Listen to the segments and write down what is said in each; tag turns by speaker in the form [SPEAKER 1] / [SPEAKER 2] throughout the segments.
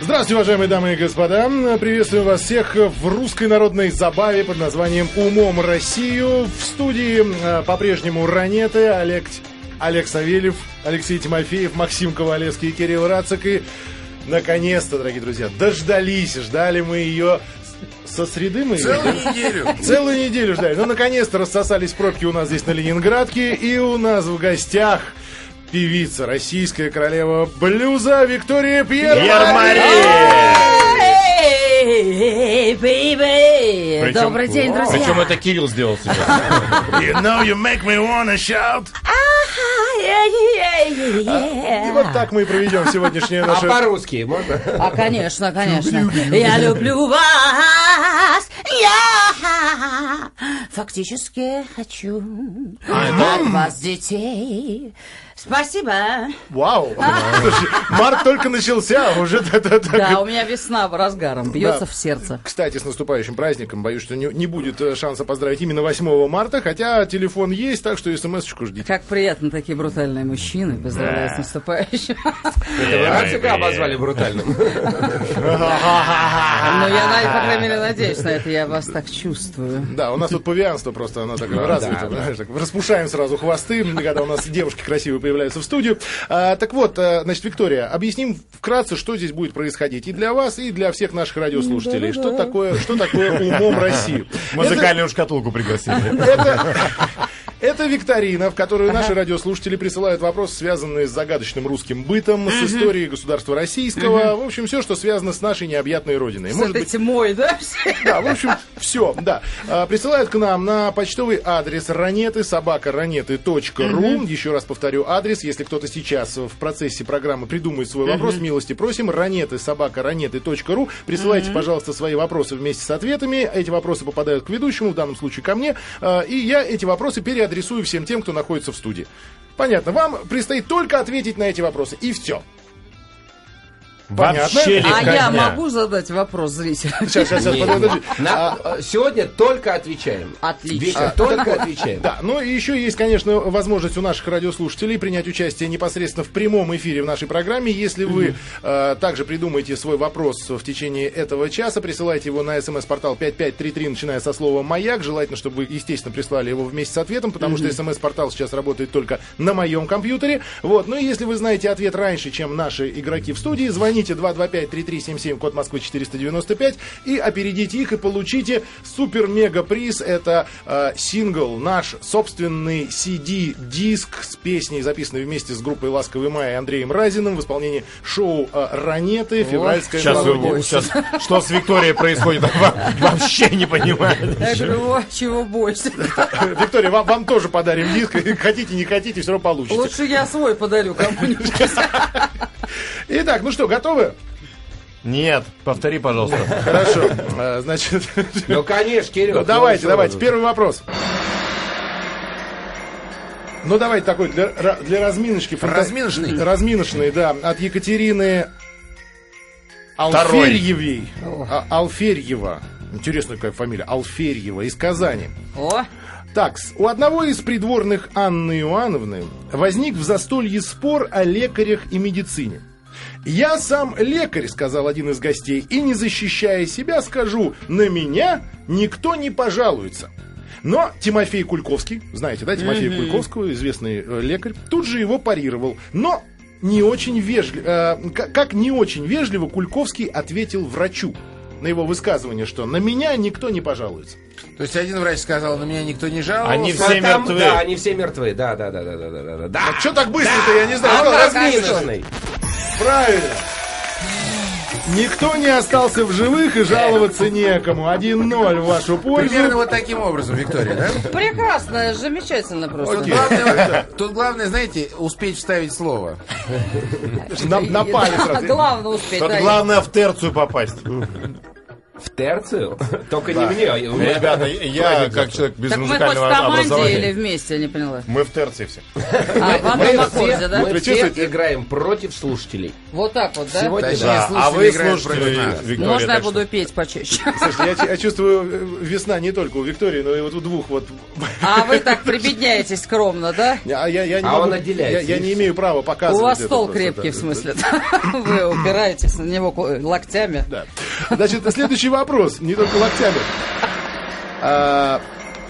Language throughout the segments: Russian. [SPEAKER 1] Здравствуйте, уважаемые дамы и господа. Приветствую вас всех в русской народной забаве под названием «Умом Россию». В студии э, по-прежнему Ранеты, Олег, Олег Савельев, Алексей Тимофеев, Максим Ковалевский и Кирилл Рацик. И, наконец-то, дорогие друзья, дождались, ждали мы ее с- со среды мы ее
[SPEAKER 2] Целую неделю.
[SPEAKER 1] Целую неделю ждали. Ну, наконец-то рассосались пробки у нас здесь на Ленинградке. И у нас в гостях певица, российская королева блюза Виктория Пьер.
[SPEAKER 3] Пьер-Мари!
[SPEAKER 4] Эй, бэйби!
[SPEAKER 3] Причем-
[SPEAKER 4] Добрый день, друзья!
[SPEAKER 3] Причем это Кирилл сделал сейчас.
[SPEAKER 2] You know you make me wanna shout.
[SPEAKER 4] Ай-яй-яй-яй-яй.
[SPEAKER 1] И вот так мы и проведем сегодняшнее
[SPEAKER 5] А
[SPEAKER 1] наше...
[SPEAKER 5] по-русски можно?
[SPEAKER 4] А, конечно, конечно. Я люблю вас! Я фактически хочу от вас детей. Спасибо.
[SPEAKER 1] Вау! Слушай, март только начался, а уже... та-та-та.
[SPEAKER 4] Да, у меня весна в разгаром, бьется в сердце.
[SPEAKER 1] Кстати, с наступающим праздником, боюсь, что не, не будет э, шанса поздравить именно 8 марта, хотя телефон есть, так что смс-очку ждите.
[SPEAKER 4] Как приятно, такие брутальные мужчины. Поздравляю с наступающим.
[SPEAKER 3] Э,
[SPEAKER 5] А тебя обозвали брутальным.
[SPEAKER 4] Ну, я, на- по крайней мере, надеюсь на это. Я вас так чувствую.
[SPEAKER 1] Да, у нас тут павианство просто, оно так развито. знаешь, так Распушаем сразу хвосты, когда у нас девушки красивые появляются в студию. А, так вот, а, значит, Виктория, объясним вкратце, что здесь будет происходить и для вас, и для всех наших радиослушателей. Что такое, что такое умом России?
[SPEAKER 3] Музыкальную шкатулку пригласили.
[SPEAKER 1] Это, это викторина, в которую наши радиослушатели присылают вопросы, связанные с загадочным русским бытом, с историей государства российского. В общем, все, что связано с нашей необъятной родиной.
[SPEAKER 4] С
[SPEAKER 1] Может
[SPEAKER 4] этой
[SPEAKER 1] быть,
[SPEAKER 4] тьмой, да?
[SPEAKER 1] да, в общем, все, да. А, Присылают к нам на почтовый адрес ранеты, собака ру. Еще раз повторю адрес, если кто-то сейчас в процессе программы придумает свой вопрос, милости просим, ранеты, собака ру. Присылайте, пожалуйста, свои вопросы вместе с ответами. Эти вопросы попадают к ведущему, в данном случае ко мне. А, И я эти вопросы переадресую всем тем, кто находится в студии. Понятно, вам предстоит только ответить на эти вопросы, и все. Понятно? А,
[SPEAKER 3] Вообще
[SPEAKER 4] А я
[SPEAKER 3] легкотня.
[SPEAKER 4] могу задать вопрос зрителю?
[SPEAKER 1] Сейчас, сейчас, сейчас,
[SPEAKER 3] э.
[SPEAKER 5] Не, не.
[SPEAKER 1] подожди.
[SPEAKER 5] На- А, Сегодня только отвечаем.
[SPEAKER 4] Отлично.
[SPEAKER 5] Вечер только отвечаем.
[SPEAKER 1] Да, ну и еще есть, конечно, возможность у наших радиослушателей принять участие непосредственно в прямом эфире в нашей программе. Если вы э, также придумаете свой вопрос в течение этого часа, присылайте его на смс-портал 5533, начиная со слова «Маяк». Желательно, чтобы вы, естественно, прислали его вместе с ответом, потому что смс-портал сейчас работает только на моем компьютере. Вот, ну и если вы знаете ответ раньше, чем наши игроки в студии, звоните 225-3377, код Москвы 495, и опередите их, и получите супер-мега-приз. Это э, сингл, наш собственный CD-диск с песней, записанной вместе с группой «Ласковый май» и Андреем Разиным в исполнении шоу э, «Ранеты» февральская
[SPEAKER 3] Сейчас,
[SPEAKER 1] новогодняя.
[SPEAKER 3] вы- сейчас, что с Викторией происходит, во- вообще не понимаю.
[SPEAKER 4] Я говорю, «Ой, чего бойся?
[SPEAKER 1] Виктория, вам, вам тоже подарим диск. Хотите, не хотите, все равно получите.
[SPEAKER 4] Лучше я свой подарю кому-нибудь.
[SPEAKER 1] Итак, ну что, готовы?
[SPEAKER 3] Нет, повтори, пожалуйста.
[SPEAKER 1] Хорошо. Э, Значит,
[SPEAKER 5] Ну, конечно, Кирилл.
[SPEAKER 1] Ну,
[SPEAKER 5] ну,
[SPEAKER 1] давайте,
[SPEAKER 5] что
[SPEAKER 1] давайте.
[SPEAKER 5] вы.
[SPEAKER 1] Первый вопрос. Ну, давайте такой для, ра- для разминочки. фанта-
[SPEAKER 2] Разминочный?
[SPEAKER 1] Разминочный, да. От Екатерины Алферьевой. А- Алферьева. Интересная какая фамилия. Алферьева из Казани.
[SPEAKER 4] О,
[SPEAKER 1] Так, у одного из придворных Анны Иоанновны возник в застолье спор о лекарях и медицине. «Я сам лекарь», — сказал один из гостей, «и, не защищая себя, скажу, на меня никто не пожалуется». Но Тимофей Кульковский, знаете, да, Тимофея Кульковского, известный э, лекарь, тут же его парировал. Но не очень вежливо, как не очень вежливо Кульковский ответил врачу на его высказывание, что «на меня никто не пожалуется».
[SPEAKER 2] То есть один врач сказал, на меня никто не жаловался.
[SPEAKER 3] Они
[SPEAKER 5] А
[SPEAKER 3] все
[SPEAKER 5] там-
[SPEAKER 3] мертвы.
[SPEAKER 5] Да, они все мертвы. Да, да, да, да, да, да, да, да.
[SPEAKER 1] Что так быстро-то, А я не знаю.
[SPEAKER 5] Да,
[SPEAKER 1] Что,
[SPEAKER 5] он
[SPEAKER 1] разминочный?
[SPEAKER 5] разминочный.
[SPEAKER 1] Правильно. Никто не остался в живых и жаловаться некому. 1-0 в вашу
[SPEAKER 2] Примерно
[SPEAKER 1] пользу.
[SPEAKER 2] вот таким образом, Виктория, да?
[SPEAKER 4] прекрасно, замечательно просто.
[SPEAKER 2] Тут главное, тут главное, знаете, успеть вставить слово.
[SPEAKER 1] На- Напали
[SPEAKER 4] Да,
[SPEAKER 1] сразу.
[SPEAKER 4] Главное успеть,
[SPEAKER 3] Тут
[SPEAKER 4] да.
[SPEAKER 3] главное в терцию попасть.
[SPEAKER 5] В терцию? Только не мне. а у меня-
[SPEAKER 1] Э,
[SPEAKER 3] Ребята, я как человек без
[SPEAKER 4] Так мы хоть в
[SPEAKER 3] музыкального
[SPEAKER 4] команде
[SPEAKER 3] образования.
[SPEAKER 4] или вместе, я не поняла.
[SPEAKER 3] Мы в терции все.
[SPEAKER 4] А, в одном аккорде, да?
[SPEAKER 5] Мы
[SPEAKER 1] Вы
[SPEAKER 5] все
[SPEAKER 1] чувствуете?
[SPEAKER 5] играем против слушателей.
[SPEAKER 4] Вот так вот, да?
[SPEAKER 5] Сегодня
[SPEAKER 2] Точнее,
[SPEAKER 5] да.
[SPEAKER 3] А вы
[SPEAKER 2] играют против
[SPEAKER 3] слушаете,
[SPEAKER 2] нас.
[SPEAKER 3] Виктория.
[SPEAKER 4] Можно я
[SPEAKER 3] так что-
[SPEAKER 4] буду петь почаще?
[SPEAKER 1] Слушайте, я, чу- я чувствую э, весна не только у Виктории, но и вот у двух вот.
[SPEAKER 4] А вы так прибедняетесь скромно, да?
[SPEAKER 1] А я, я не
[SPEAKER 5] А
[SPEAKER 1] могу-
[SPEAKER 5] он отделяется,
[SPEAKER 1] я- я
[SPEAKER 5] и
[SPEAKER 1] не
[SPEAKER 5] всё.
[SPEAKER 1] имею права
[SPEAKER 4] У
[SPEAKER 1] показывать.
[SPEAKER 4] вас
[SPEAKER 1] это
[SPEAKER 4] стол
[SPEAKER 1] просто,
[SPEAKER 4] крепкий,
[SPEAKER 1] да.
[SPEAKER 4] в смысле. Вы упираетесь на него ку- локтями.
[SPEAKER 1] Да. Значит, следующий вопрос, не только локтями. А,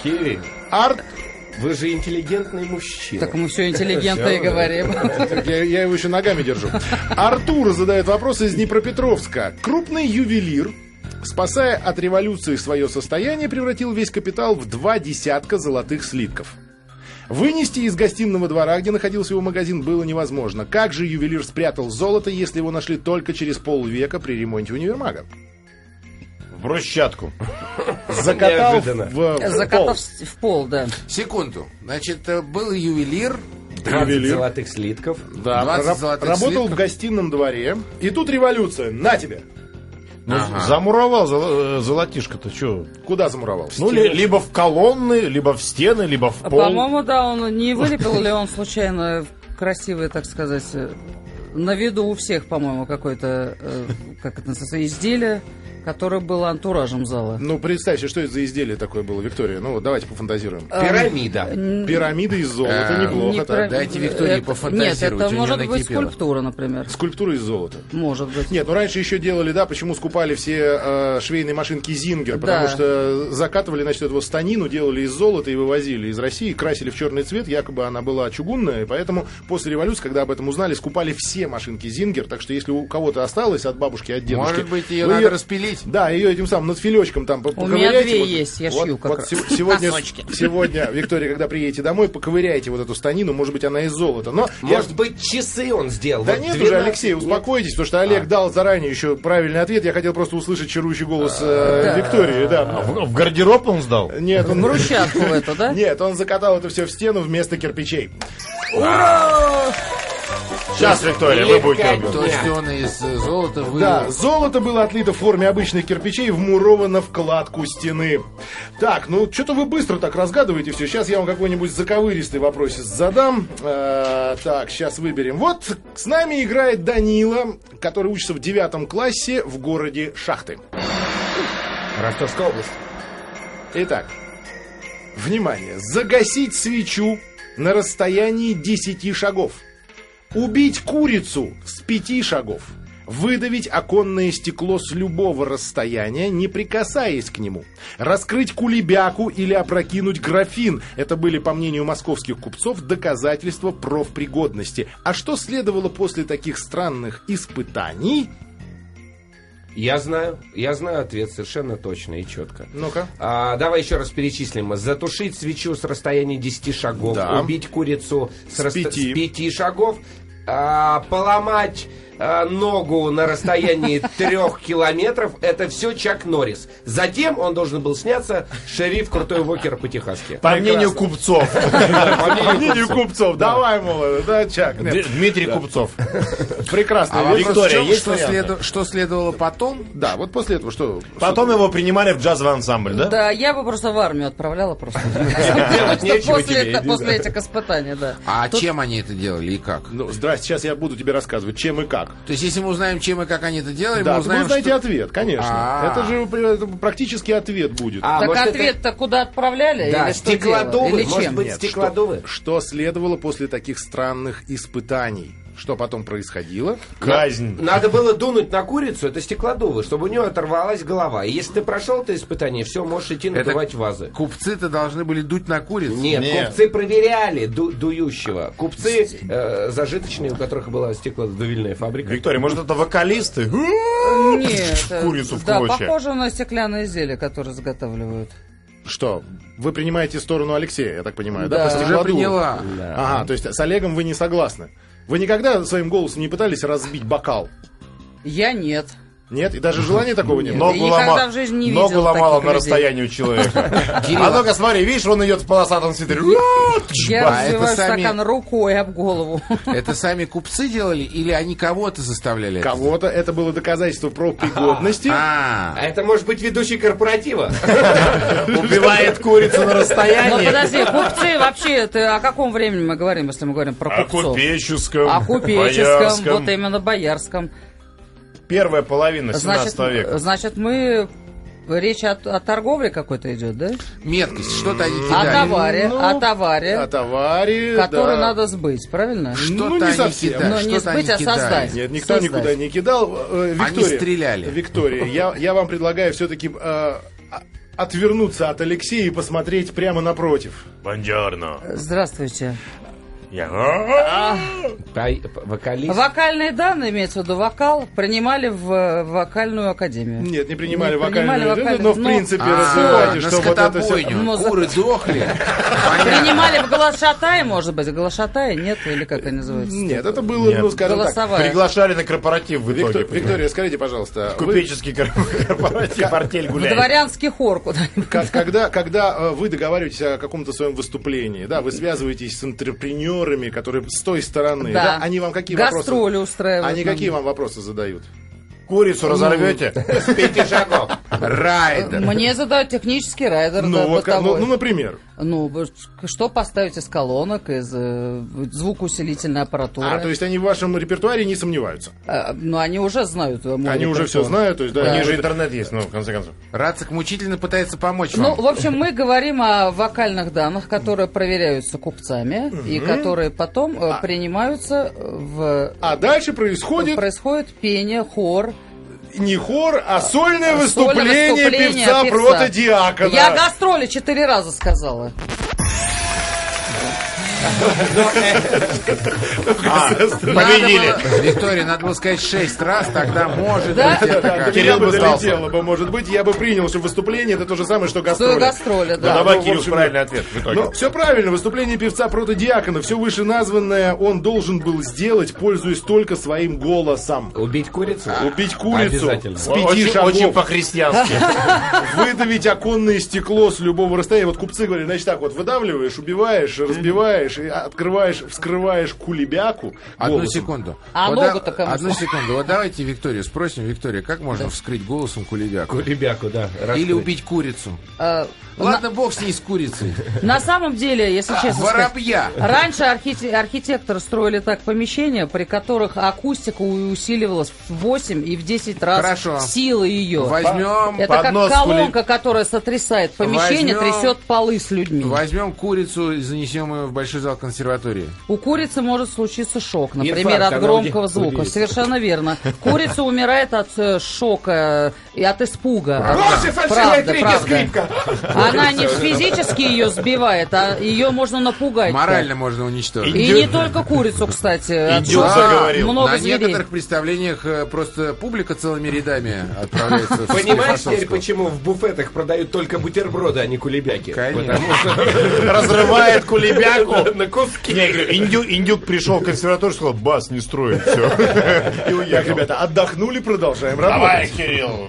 [SPEAKER 5] Киви,
[SPEAKER 1] Арт,
[SPEAKER 5] вы же интеллигентный мужчина.
[SPEAKER 4] Так мы все интеллигентно и говорим.
[SPEAKER 1] я, я его еще ногами держу. Артур задает вопрос из Днепропетровска. Крупный ювелир, спасая от революции свое состояние, превратил весь капитал в два десятка золотых слитков. Вынести из гостиного двора, где находился его магазин, было невозможно. Как же ювелир спрятал золото, если его нашли только через полвека при ремонте универмага?
[SPEAKER 3] В брусчатку.
[SPEAKER 1] Закатал
[SPEAKER 5] Неожиданно.
[SPEAKER 1] в, в пол.
[SPEAKER 4] Закатав в пол, да.
[SPEAKER 2] Секунду. Значит, э, был ювелир.
[SPEAKER 5] 20
[SPEAKER 1] Ювелир.
[SPEAKER 5] золотых слитков.
[SPEAKER 1] Да,
[SPEAKER 2] 20
[SPEAKER 1] раб-
[SPEAKER 2] А золотых
[SPEAKER 1] работал
[SPEAKER 2] слитков.
[SPEAKER 1] в гостином дворе. И тут революция. На тебе.
[SPEAKER 3] Ну, замуровал золо- э, золотишко-то, что?
[SPEAKER 1] Куда замуровался?
[SPEAKER 3] Ну, ли- либо в колонны, либо в стены, либо в
[SPEAKER 4] А,
[SPEAKER 3] пол.
[SPEAKER 4] По-моему, да, он не вылепил ли он случайно красивые, так сказать, э, на виду у всех, по-моему, какое-то, э, как это называется, изделие, которое было антуражем зала.
[SPEAKER 1] Ну, представьте, что это за изделие такое было, Виктория? Ну, вот давайте пофантазируем.
[SPEAKER 5] Пирамида.
[SPEAKER 1] Пирамида из золота,
[SPEAKER 2] А,
[SPEAKER 1] неплохо
[SPEAKER 4] Не
[SPEAKER 1] так.
[SPEAKER 4] про-
[SPEAKER 2] Дайте Виктории
[SPEAKER 4] это-
[SPEAKER 2] пофантазировать,
[SPEAKER 4] Нет,
[SPEAKER 2] у
[SPEAKER 4] это
[SPEAKER 2] нее
[SPEAKER 4] может быть
[SPEAKER 2] накипело.
[SPEAKER 4] скульптура, например.
[SPEAKER 1] Скульптура из золота.
[SPEAKER 4] Может быть.
[SPEAKER 1] Нет, ну раньше еще делали, да, почему скупали все э, швейные машинки Зингер, потому
[SPEAKER 4] Да.
[SPEAKER 1] что закатывали, значит, эту вот станину, делали из золота и вывозили из России, красили в черный цвет, якобы она была чугунная, и поэтому после революции, когда об этом узнали, скупали все машинки Зингер, так что если у кого-то осталось от бабушки, от дедушки...
[SPEAKER 2] Может быть, ее
[SPEAKER 1] вы
[SPEAKER 2] надо распилить.
[SPEAKER 1] Да, ее этим самым над филечком там по-
[SPEAKER 4] У меня
[SPEAKER 1] поковыряйте,
[SPEAKER 4] две
[SPEAKER 1] вот-
[SPEAKER 4] есть, я
[SPEAKER 1] вот-
[SPEAKER 4] шью как
[SPEAKER 1] вот
[SPEAKER 4] раз.
[SPEAKER 1] се- Сегодня,
[SPEAKER 4] Носочки.
[SPEAKER 1] сегодня, Виктория, когда приедете домой, поковыряйте вот эту станину, может быть, она из золота. Но я-
[SPEAKER 5] Может быть, часы он сделал.
[SPEAKER 1] да
[SPEAKER 5] Вот
[SPEAKER 1] нет
[SPEAKER 5] 12.
[SPEAKER 1] уже, Алексей, успокойтесь, потому что Олег дал заранее еще правильный ответ. Я хотел просто услышать чарующий голос э, Виктории,
[SPEAKER 6] А
[SPEAKER 1] да.
[SPEAKER 3] В, в гардероб он сдал?
[SPEAKER 1] Нет, он...
[SPEAKER 4] Брусчатку в эту, да?
[SPEAKER 1] Нет, он закатал это все в стену вместо кирпичей.
[SPEAKER 3] Сейчас, Виктория, вы будете.
[SPEAKER 5] Легкая.
[SPEAKER 2] То, что он из э, золота вывел.
[SPEAKER 1] Да, золото было отлито в форме обычных кирпичей, вмуровано в кладку стены. Так, ну что-то вы быстро так разгадываете все. Сейчас я вам какой-нибудь заковыристый вопросец задам. Э, так, сейчас выберем. Вот с нами играет Данила, который учится в девятом классе в городе Шахты.
[SPEAKER 5] Ростовская область.
[SPEAKER 1] Итак, внимание. Загасить свечу на расстоянии 10 шагов. Убить курицу с 5 шагов. Выдавить оконное стекло с любого расстояния, не прикасаясь к нему. Раскрыть кулебяку или опрокинуть графин. Это были, по мнению московских купцов, доказательства профпригодности. А что следовало после таких странных испытаний?
[SPEAKER 5] Я знаю, я знаю ответ совершенно точно и четко.
[SPEAKER 1] Ну-ка.
[SPEAKER 5] А, давай еще раз перечислим. Затушить свечу с расстояния 10 шагов,
[SPEAKER 1] Да.
[SPEAKER 5] убить курицу с,
[SPEAKER 1] С
[SPEAKER 5] раста-
[SPEAKER 1] пяти.
[SPEAKER 5] с пяти шагов, а, поломать а, ногу на расстоянии трех километров. Это все Чак Норрис. Затем он должен был сняться шериф Крутой Вокер по-техасски.
[SPEAKER 3] По мнению купцов.
[SPEAKER 1] По мнению купцов, давай, мол, э, да, Чак,
[SPEAKER 3] Д-
[SPEAKER 1] нет,
[SPEAKER 3] Дмитрий Купцов.
[SPEAKER 1] прекрасно.
[SPEAKER 2] А вопрос в
[SPEAKER 3] Виктория,
[SPEAKER 2] чём,
[SPEAKER 3] есть
[SPEAKER 2] что,
[SPEAKER 3] варианты?
[SPEAKER 2] следу- что следовало потом?
[SPEAKER 1] Да, вот после этого что?
[SPEAKER 3] Потом его принимали в джазовый ансамбль, да?
[SPEAKER 4] Да, я бы просто в армию отправляла просто.
[SPEAKER 5] Делать
[SPEAKER 4] Потому что
[SPEAKER 5] нечего
[SPEAKER 4] после
[SPEAKER 5] тебе,
[SPEAKER 4] это-
[SPEAKER 5] иди,
[SPEAKER 4] после
[SPEAKER 5] да.
[SPEAKER 4] этих испытаний, да.
[SPEAKER 2] А чем они это делали и как?
[SPEAKER 1] Ну, здрасте, сейчас я буду тебе рассказывать, чем и как.
[SPEAKER 2] То есть, если мы узнаем, чем и как они это делали,
[SPEAKER 1] Да,
[SPEAKER 2] мы
[SPEAKER 1] вы
[SPEAKER 2] узнаем,
[SPEAKER 1] узнаете
[SPEAKER 2] что...
[SPEAKER 1] ответ, конечно.
[SPEAKER 2] А.
[SPEAKER 1] Это же при- это практически ответ будет.
[SPEAKER 5] А,
[SPEAKER 4] Так
[SPEAKER 5] может, это-
[SPEAKER 4] ответ-то куда отправляли?
[SPEAKER 5] Да,
[SPEAKER 4] или что делали?
[SPEAKER 5] стеклодувы,
[SPEAKER 4] Или
[SPEAKER 5] может
[SPEAKER 4] чем?
[SPEAKER 5] быть,
[SPEAKER 1] Нет,
[SPEAKER 5] стеклодувы.
[SPEAKER 1] Что следовало после таких странных испытаний? Что потом происходило?
[SPEAKER 3] Казнь.
[SPEAKER 5] Надо было дунуть на курицу, это стеклодувы, чтобы у нее оторвалась голова. И если ты прошел это испытание, все, можешь идти надувать вазы.
[SPEAKER 2] Купцы-то должны были дуть на куриц.
[SPEAKER 5] Нет,
[SPEAKER 3] Нет.
[SPEAKER 5] купцы проверяли ду- дующего. Купцы э, зажиточные, у которых была стеклодувильная фабрика.
[SPEAKER 3] Виктория, может, это вокалисты?
[SPEAKER 4] Нет, э,
[SPEAKER 3] Курицу в
[SPEAKER 4] да,
[SPEAKER 3] клочья.
[SPEAKER 4] похоже на стеклянные изделия, которые изготавливают.
[SPEAKER 1] Что? Вы принимаете сторону Алексея, я так понимаю, да?
[SPEAKER 4] Да.
[SPEAKER 1] по
[SPEAKER 2] Уже
[SPEAKER 1] стеклодуву?
[SPEAKER 2] приняла.
[SPEAKER 1] Ага, то есть с Олегом вы не согласны. Вы никогда своим голосом не пытались разбить бокал?
[SPEAKER 4] Я нет.
[SPEAKER 1] Нет? И даже желания такого нет?
[SPEAKER 4] Но-
[SPEAKER 1] Но...
[SPEAKER 4] Я никогда в жизни не
[SPEAKER 3] ногу
[SPEAKER 4] видела
[SPEAKER 3] ломала
[SPEAKER 4] таких
[SPEAKER 3] на
[SPEAKER 4] людей.
[SPEAKER 3] расстоянии у человека.
[SPEAKER 2] Кирилл.
[SPEAKER 3] А ну-ка смотри, видишь, он идет в полосатом свитере.
[SPEAKER 4] Я
[SPEAKER 2] Ба, это
[SPEAKER 4] разбиваю
[SPEAKER 2] сами-
[SPEAKER 4] стакан рукой об голову.
[SPEAKER 2] Это сами купцы делали или они кого-то заставляли? это
[SPEAKER 1] Кого-то это было доказательство пропригодности. пригодности.
[SPEAKER 2] А,
[SPEAKER 5] А это может быть ведущий корпоратива.
[SPEAKER 3] Убивает курицу на
[SPEAKER 4] Но
[SPEAKER 3] расстоянии.
[SPEAKER 4] Ну, подожди, купцы вообще, это о каком времени мы говорим, если мы говорим про
[SPEAKER 3] О
[SPEAKER 4] купцов?
[SPEAKER 3] купеческом,
[SPEAKER 4] О купеческом,
[SPEAKER 3] боярском.
[SPEAKER 4] вот именно боярском.
[SPEAKER 3] Первая половина 17
[SPEAKER 4] Значит, э,
[SPEAKER 3] века.
[SPEAKER 4] значит, мы... Речь о, о торговле какой-то идет, да?
[SPEAKER 2] меткость, что-то они
[SPEAKER 4] О
[SPEAKER 2] кидали.
[SPEAKER 4] товаре,
[SPEAKER 1] Ну,
[SPEAKER 4] о товаре,
[SPEAKER 1] О товаре,
[SPEAKER 4] который
[SPEAKER 1] да.
[SPEAKER 4] надо сбыть, правильно?
[SPEAKER 1] Ну, не
[SPEAKER 2] Что-то они
[SPEAKER 1] совсем.
[SPEAKER 2] кидали.
[SPEAKER 4] Но не
[SPEAKER 2] что-то они
[SPEAKER 4] сбыть, а
[SPEAKER 2] кидали.
[SPEAKER 4] создать.
[SPEAKER 1] Нет, никто
[SPEAKER 4] Создать.
[SPEAKER 1] никуда не кидал. Э, Виктория,
[SPEAKER 2] стреляли.
[SPEAKER 1] Виктория, я, я вам предлагаю все-таки отвернуться от Алексея и посмотреть прямо напротив.
[SPEAKER 3] Бандерно.
[SPEAKER 4] Здравствуйте.
[SPEAKER 5] Вокалист.
[SPEAKER 4] Вокальные данные, имеется в виду вокал, принимали в э, вокальную академию.
[SPEAKER 1] Нет, не принимали
[SPEAKER 4] Не
[SPEAKER 1] вокальную
[SPEAKER 4] принимали
[SPEAKER 1] идею,
[SPEAKER 4] вокальную,
[SPEAKER 1] но в
[SPEAKER 4] но-
[SPEAKER 1] принципе
[SPEAKER 2] А,
[SPEAKER 1] развивайте,
[SPEAKER 2] на
[SPEAKER 1] что вот это все...
[SPEAKER 2] скотобойню.
[SPEAKER 4] Но Ну, за-
[SPEAKER 2] Куры дохли.
[SPEAKER 4] Принимали в Голошатае, может быть, Голошатае, нет, или как они называются?
[SPEAKER 1] Нет, это было,
[SPEAKER 3] Нет.
[SPEAKER 1] ну, скажем так...
[SPEAKER 4] Голосовая.
[SPEAKER 3] Приглашали на корпоратив в
[SPEAKER 1] Виктор- э,
[SPEAKER 3] итоге. понимаешь?
[SPEAKER 1] Виктория, скажите, пожалуйста, вы-
[SPEAKER 3] Купеческий кор- корпоратив, артель
[SPEAKER 4] В
[SPEAKER 3] гуляет.
[SPEAKER 4] дворянский хор куда-нибудь.
[SPEAKER 1] Ко- когда, когда э, вы договариваетесь о каком-то своем выступлении, да, вы связываетесь с интерпренерами, которые с той стороны, да,
[SPEAKER 4] Да.
[SPEAKER 1] они вам какие
[SPEAKER 4] Гастроли
[SPEAKER 1] вопросы?
[SPEAKER 4] устраивают.
[SPEAKER 1] Они
[SPEAKER 4] нам.
[SPEAKER 1] какие вам вопросы задают?
[SPEAKER 3] Курицу разорвете?
[SPEAKER 5] С пяти шагов.
[SPEAKER 2] Райдер.
[SPEAKER 4] Мне задают технический райдер,
[SPEAKER 1] Ну,
[SPEAKER 4] да,
[SPEAKER 1] вот, как- ну,
[SPEAKER 4] бытовой.
[SPEAKER 1] ну, например.
[SPEAKER 4] Ну, б- что поставить из колонок, из э, звукоусилительной аппаратуры?
[SPEAKER 1] А, то есть они в вашем репертуаре не сомневаются.
[SPEAKER 4] А, ну, они уже знают. э, мой
[SPEAKER 1] Они уже все
[SPEAKER 4] репертуар.
[SPEAKER 1] знают, то есть, да,
[SPEAKER 3] У них
[SPEAKER 1] уже
[SPEAKER 3] же интернет есть, ну, в конце концов.
[SPEAKER 2] Рацик мучительно пытается помочь
[SPEAKER 4] Ну,
[SPEAKER 2] вам.
[SPEAKER 4] в общем, мы говорим о вокальных данных, которые проверяются купцами и которые потом э, принимаются в...
[SPEAKER 1] А дальше происходит
[SPEAKER 4] Ну, Происходит пение, хор.
[SPEAKER 1] не хор, а сольное
[SPEAKER 4] сольное
[SPEAKER 1] выступление,
[SPEAKER 4] выступление
[SPEAKER 1] певца, протодиакона.
[SPEAKER 4] Я гастроли четыре раза сказала.
[SPEAKER 3] А,
[SPEAKER 1] Ну,
[SPEAKER 3] Победили.
[SPEAKER 2] Виктория, надо было сказать шесть раз, тогда может быть
[SPEAKER 4] Да?
[SPEAKER 1] Да,
[SPEAKER 2] это как.
[SPEAKER 1] до меня
[SPEAKER 3] Кирилл
[SPEAKER 1] бы
[SPEAKER 3] бы сдался.
[SPEAKER 1] долетело бы, может быть, я бы принял, что выступление это то же самое, что гастроли.
[SPEAKER 4] Что гастроли,
[SPEAKER 3] Ну,
[SPEAKER 4] да.
[SPEAKER 3] Давай,
[SPEAKER 1] ну, в
[SPEAKER 3] Кирилл,
[SPEAKER 1] общем,
[SPEAKER 3] правильный ответ в итоге.
[SPEAKER 1] Ну, все правильно, выступление певца протодиакона, все вышеназванное он должен был сделать, пользуясь только своим голосом.
[SPEAKER 5] Убить курицу?
[SPEAKER 3] А.
[SPEAKER 1] Убить курицу
[SPEAKER 5] Обязательно.
[SPEAKER 1] с пяти
[SPEAKER 3] Очень,
[SPEAKER 1] шагов,
[SPEAKER 3] очень по-христиански.
[SPEAKER 1] выдавить оконное стекло с любого расстояния. Вот купцы говорили, значит так, вот выдавливаешь, убиваешь, разбиваешь, и открываешь, вскрываешь кулебяку
[SPEAKER 2] Одну
[SPEAKER 1] голосом.
[SPEAKER 2] секунду.
[SPEAKER 4] А
[SPEAKER 2] да-
[SPEAKER 4] ногу-то кому?
[SPEAKER 2] Одну секунду. Вот давайте Викторию спросим. Виктория, как можно вскрыть голосом кулебяку?
[SPEAKER 5] Ребяку, да.
[SPEAKER 2] Или убить курицу?
[SPEAKER 4] Э,
[SPEAKER 2] Ладно, бог с ней, с курицей.
[SPEAKER 4] На самом деле, если честно сказать,
[SPEAKER 2] Воробья.
[SPEAKER 4] Раньше архите- архитекторы строили так помещения, при которых акустика у- усиливалась в 8 и в 10 раз
[SPEAKER 2] Хорошо.
[SPEAKER 4] сила ее.
[SPEAKER 2] Возьмем,
[SPEAKER 4] Это как
[SPEAKER 3] поднос
[SPEAKER 4] колонка, которая сотрясает помещение,
[SPEAKER 2] Возьмем-
[SPEAKER 4] трясет полы с людьми.
[SPEAKER 2] возьмем курицу и занесем ее в большой зал консерватории.
[SPEAKER 4] У курицы может случиться шок, например,
[SPEAKER 5] Инфаркт,
[SPEAKER 4] от
[SPEAKER 5] она
[SPEAKER 4] громкого
[SPEAKER 5] уди-
[SPEAKER 4] звука.
[SPEAKER 5] удивится.
[SPEAKER 4] Совершенно верно. Курица умирает от э, шока и от испуга.
[SPEAKER 5] Брось, и фальшивая
[SPEAKER 4] Правда,
[SPEAKER 5] третья
[SPEAKER 4] правда.
[SPEAKER 5] скрипка.
[SPEAKER 4] Она не физически ее сбивает, а ее можно напугать.
[SPEAKER 2] Морально можно уничтожить.
[SPEAKER 4] И не только курицу, кстати. от
[SPEAKER 3] Идиот
[SPEAKER 4] шока
[SPEAKER 3] заговорил.
[SPEAKER 4] Много
[SPEAKER 2] На
[SPEAKER 4] зверей.
[SPEAKER 2] некоторых представлениях э, просто публика целыми рядами отправляется в
[SPEAKER 5] Понимаешь теперь,
[SPEAKER 2] Склифосовскую.
[SPEAKER 5] почему в буфетах продают только бутерброды, а не кулебяки?
[SPEAKER 2] Конечно.
[SPEAKER 5] Потому что
[SPEAKER 3] Разрывает кулебяку.
[SPEAKER 5] на куски.
[SPEAKER 3] Не, я говорю, индю- индюк пришел в консерваторию, сказал, бас не строит, все. И
[SPEAKER 1] Так,
[SPEAKER 3] уехал.
[SPEAKER 1] ребята, отдохнули, продолжаем работать.
[SPEAKER 3] Давай, Кирилл.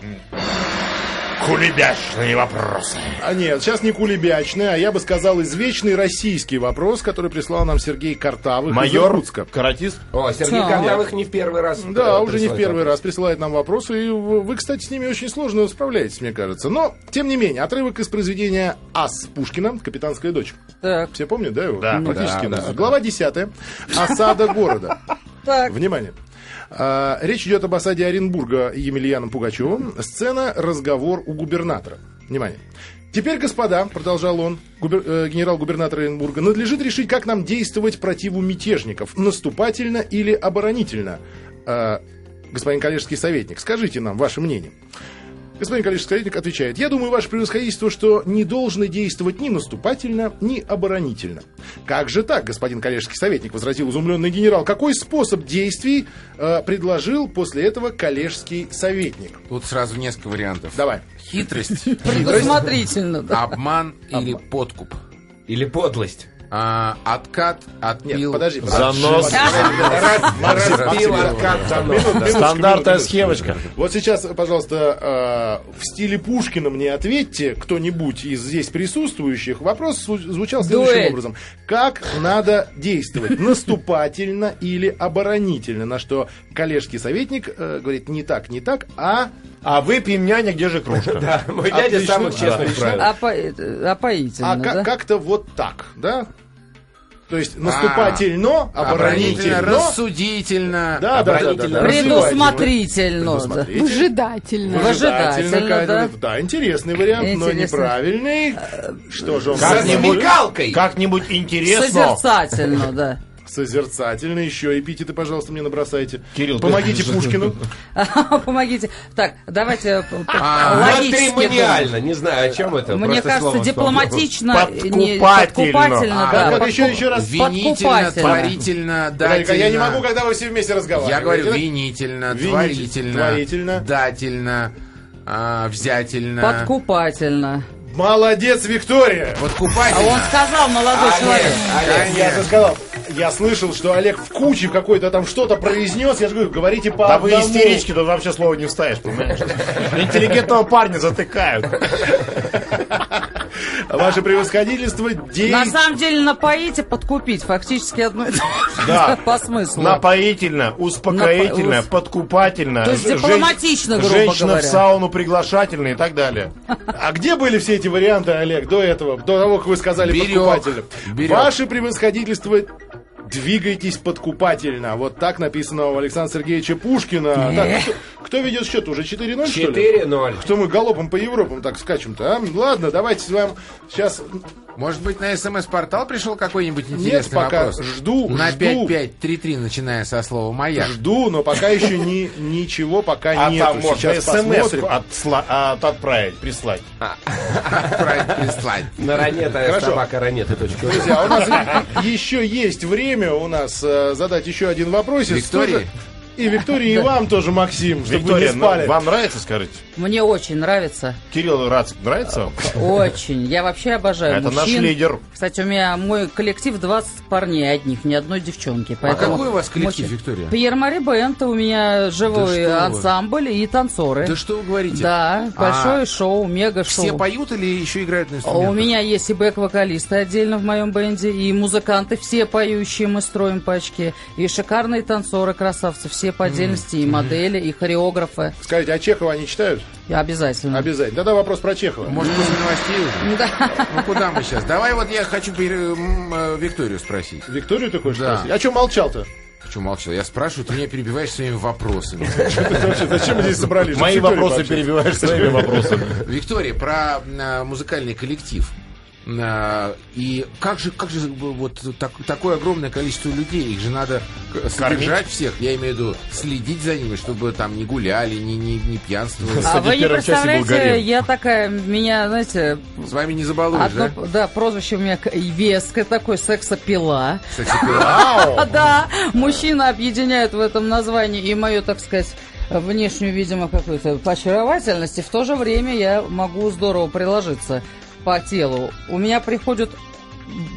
[SPEAKER 3] Кулебяшные вопросы.
[SPEAKER 1] А нет, сейчас не кулебячный, а я бы сказал извечный российский вопрос, который прислал нам Сергей Картавых из
[SPEAKER 3] Майор,
[SPEAKER 1] Иркутска.
[SPEAKER 3] каратист.
[SPEAKER 5] О, Сергей
[SPEAKER 4] Так.
[SPEAKER 5] Картавых не в первый раз.
[SPEAKER 1] Да,
[SPEAKER 5] э,
[SPEAKER 1] уже не в
[SPEAKER 5] присылает.
[SPEAKER 1] первый раз присылает нам вопросы, и вы, вы, кстати, с ними очень сложно справляетесь, мне кажется. Но, тем не менее, отрывок из произведения «Ас» Пушкина «Капитанская дочь».
[SPEAKER 4] Так,
[SPEAKER 1] Все помнят, да, его?
[SPEAKER 3] Да.
[SPEAKER 1] Практически.
[SPEAKER 2] Да,
[SPEAKER 1] наизусть. Глава 10. Осада города.
[SPEAKER 4] так.
[SPEAKER 1] Внимание. А, Речь идет об осаде Оренбурга Емельяном Пугачевым. Сцена «Разговор у губернатора». Внимание. Теперь, господа, продолжал он, губер- э, генерал-губернатор Оренбурга, надлежит решить, как нам действовать противу мятежников, наступательно или оборонительно. А, господин коллежский советник, скажите нам ваше мнение. Господин коллежский советник отвечает, я думаю, ваше превосходительство, что не должны действовать ни наступательно, ни оборонительно. Как же так, господин коллежский советник, возразил изумленный генерал, какой способ действий э, предложил после этого коллежский советник?
[SPEAKER 2] Тут сразу несколько вариантов.
[SPEAKER 1] Давай.
[SPEAKER 2] Хитрость,
[SPEAKER 4] Предусмотрительно, да.
[SPEAKER 2] обман или подкуп.
[SPEAKER 5] Или подлость.
[SPEAKER 2] а, откат, отпил.
[SPEAKER 1] Нет, подожди, подожди.
[SPEAKER 6] Занос.
[SPEAKER 5] Раз- Разбил
[SPEAKER 1] Максим,
[SPEAKER 5] откат за нос.
[SPEAKER 1] Минут- минуточку,
[SPEAKER 6] Стандартная
[SPEAKER 1] минуточку.
[SPEAKER 6] схемочка.
[SPEAKER 1] Вот сейчас, пожалуйста, э, в стиле Пушкина мне ответьте, кто-нибудь из здесь присутствующих. Вопрос су- звучал следующим
[SPEAKER 4] Дуэль.
[SPEAKER 1] образом. Как надо действовать? Наступательно или оборонительно? На что коллежский советник э, говорит не так, не так, а...
[SPEAKER 3] А выпьем няня, где же кружка?
[SPEAKER 5] Да, Мой дядя
[SPEAKER 1] Отлично.
[SPEAKER 5] самых честных
[SPEAKER 1] Отлично.
[SPEAKER 5] правил.
[SPEAKER 4] Опо- э, Опоительно,
[SPEAKER 1] А ка-
[SPEAKER 4] да?
[SPEAKER 1] как-то вот так, да? То есть
[SPEAKER 3] А.
[SPEAKER 1] наступательно,
[SPEAKER 2] Оборонительно,
[SPEAKER 1] оборонительно.
[SPEAKER 2] рассудительно.
[SPEAKER 1] Да, да, да, да, да.
[SPEAKER 5] оборонительно.
[SPEAKER 4] Предусмотрительно. да.
[SPEAKER 7] Ожидательно.
[SPEAKER 1] Выжидательно,
[SPEAKER 4] Выжидательно, да.
[SPEAKER 1] конечно. да, интересный вариант, но
[SPEAKER 4] Интересно.
[SPEAKER 1] неправильный. Что же он
[SPEAKER 5] С
[SPEAKER 1] сказал?
[SPEAKER 3] Как-нибудь-
[SPEAKER 5] смекалкой.
[SPEAKER 3] Как-нибудь интересно.
[SPEAKER 4] Созерцательно, да.
[SPEAKER 1] Созерцательно еще эпитеты, пожалуйста, мне набросайте.
[SPEAKER 3] Кирилл, ты-
[SPEAKER 1] Помогите Пушкину.
[SPEAKER 4] Помогите. Так, давайте э,
[SPEAKER 6] А,
[SPEAKER 4] логически. думать.
[SPEAKER 5] Матримониально. Не знаю, о чем это.
[SPEAKER 4] Мне
[SPEAKER 5] просто
[SPEAKER 4] кажется,
[SPEAKER 5] слово вспомнил.
[SPEAKER 4] дипломатично, не-
[SPEAKER 3] Подкупательно.
[SPEAKER 4] подкупательно,
[SPEAKER 1] А,
[SPEAKER 4] да.
[SPEAKER 1] как
[SPEAKER 4] подкуп-
[SPEAKER 1] еще, еще раз?
[SPEAKER 2] Винительно,
[SPEAKER 4] подкупательно.
[SPEAKER 2] творительно,
[SPEAKER 1] Валерика,
[SPEAKER 2] дательно.
[SPEAKER 1] я не могу, когда вы все вместе разговариваете.
[SPEAKER 2] Я говорю
[SPEAKER 1] Это-
[SPEAKER 2] винительно,
[SPEAKER 1] Винитель-
[SPEAKER 2] творительно,
[SPEAKER 1] творительно.
[SPEAKER 2] дательно, а, взятельно.
[SPEAKER 4] Подкупательно.
[SPEAKER 1] Молодец, Виктория!
[SPEAKER 4] А
[SPEAKER 2] Подкупательно.
[SPEAKER 4] он сказал,
[SPEAKER 6] А,
[SPEAKER 4] молодой человек.
[SPEAKER 1] Я же сказал, я слышал, что Олег в куче какой-то там что-то произнес. Я же говорю, говорите по
[SPEAKER 6] Да вы
[SPEAKER 1] одному.
[SPEAKER 6] истерички, тут вообще слова не вставишь, понимаешь? Интеллигентного парня затыкают.
[SPEAKER 1] Ваше превосходительство,
[SPEAKER 4] На
[SPEAKER 1] действие.
[SPEAKER 4] самом деле напоить и подкупить фактически одно и то же
[SPEAKER 6] Да.
[SPEAKER 4] по смыслу.
[SPEAKER 6] Напоительно, успокоительно,
[SPEAKER 4] Напо- ус-
[SPEAKER 6] подкупательно.
[SPEAKER 4] То есть
[SPEAKER 6] Жен-
[SPEAKER 4] дипломатично, грубо
[SPEAKER 6] Женщина
[SPEAKER 4] говоря.
[SPEAKER 6] в сауну приглашательная и так далее.
[SPEAKER 1] А где были все эти варианты, Олег, до этого, до того, как вы сказали
[SPEAKER 2] Берег.
[SPEAKER 1] подкупателя?
[SPEAKER 2] Берег.
[SPEAKER 1] Ваше превосходительство, двигайтесь подкупательно. Вот так написано у Александра Сергеевича Пушкина. Так, а кто, кто ведет счет? Уже 4-0, что ли?
[SPEAKER 5] 4-0.
[SPEAKER 1] Кто мы галопом по Европам так скачем-то, а? Ладно, давайте с вами сейчас...
[SPEAKER 2] Может быть, на СМС-портал пришел какой-нибудь интересный
[SPEAKER 1] пока
[SPEAKER 2] вопрос?
[SPEAKER 1] жду,
[SPEAKER 2] На
[SPEAKER 1] жду.
[SPEAKER 2] 5533, начиная со слова «Маяк».
[SPEAKER 1] Жду, но пока еще ни, ничего пока
[SPEAKER 6] А
[SPEAKER 1] нету.
[SPEAKER 6] там можно
[SPEAKER 1] Сейчас
[SPEAKER 6] смс
[SPEAKER 1] посмотрим. А,
[SPEAKER 6] отправить, прислать.
[SPEAKER 2] Отправить, прислать.
[SPEAKER 5] На ранета, собака ранета.ру.
[SPEAKER 1] Друзья, у нас еще есть время у нас э, задать еще один вопрос.
[SPEAKER 2] Виктории?
[SPEAKER 1] И Виктории, и вам тоже, Максим, чтобы
[SPEAKER 6] Виктория,
[SPEAKER 1] не
[SPEAKER 6] ну,
[SPEAKER 1] спали.
[SPEAKER 6] вам нравится, скажите?
[SPEAKER 4] Мне очень нравится.
[SPEAKER 6] Кирилл Рац, нравится вам?
[SPEAKER 4] Очень. Я вообще обожаю
[SPEAKER 6] Это наш
[SPEAKER 4] мужчин.
[SPEAKER 6] лидер.
[SPEAKER 4] Кстати, у меня мой коллектив 20 парней одних, ни одной девчонки.
[SPEAKER 6] А
[SPEAKER 4] Поэтому
[SPEAKER 2] какой у вас коллектив,
[SPEAKER 4] мужчин-
[SPEAKER 2] Виктория?
[SPEAKER 4] Пьер-Мари Бент, у меня живой
[SPEAKER 2] что вы.
[SPEAKER 4] ансамбль и танцоры.
[SPEAKER 2] Да что вы говорите?
[SPEAKER 4] Да,
[SPEAKER 2] А,
[SPEAKER 4] большое шоу, мега-шоу.
[SPEAKER 2] Все поют или еще играют
[SPEAKER 4] А
[SPEAKER 2] на
[SPEAKER 4] У
[SPEAKER 2] инструментах?
[SPEAKER 4] меня есть и бэк-вокалисты отдельно в моем бенде, и музыканты все поющие, мы строим пачки, и шикарные танцоры, красавцы, все по отдельности, и модели, и хореографы.
[SPEAKER 1] Скажите, а Чехова они читают?
[SPEAKER 4] Обязательно.
[SPEAKER 1] Обязательно. Тогда вопрос про Чехова.
[SPEAKER 2] Может, после новостей уже?
[SPEAKER 4] Да.
[SPEAKER 2] Ну, куда мы сейчас? Давай вот я хочу пере- м, э, Викторию спросить.
[SPEAKER 1] Викторию ты хочешь
[SPEAKER 2] Да.
[SPEAKER 1] спросить? А что молчал-то?
[SPEAKER 2] Почему молчал? Я спрашиваю, ты меня перебиваешь своими вопросами.
[SPEAKER 1] Вообще, Зачем мы здесь собрались?
[SPEAKER 3] Мои
[SPEAKER 1] Викторию
[SPEAKER 3] вопросы
[SPEAKER 1] пообщаться.
[SPEAKER 3] перебиваешь своими вопросами.
[SPEAKER 2] Виктория, про э, музыкальный коллектив. Э, И как же, как же э, вот так- такое огромное количество людей, их же надо к- э, содержать всех, я имею в виду следить за ними, чтобы там не гуляли, не, не, не пьянствовали.
[SPEAKER 4] А вы не
[SPEAKER 3] первой части был
[SPEAKER 4] представляете,
[SPEAKER 3] гарем.
[SPEAKER 4] я такая, меня, знаете,
[SPEAKER 2] С вами не забалуешь,
[SPEAKER 4] одно,
[SPEAKER 2] да?
[SPEAKER 4] да, прозвище у меня к- веское такое, сексопила.
[SPEAKER 2] Сексапила.
[SPEAKER 4] А, да, мужчина объединяет в этом названии и мою, так сказать, внешнюю, видимо, какую-то очаровательность, и в то же время я могу здорово приложиться по телу. У меня приходят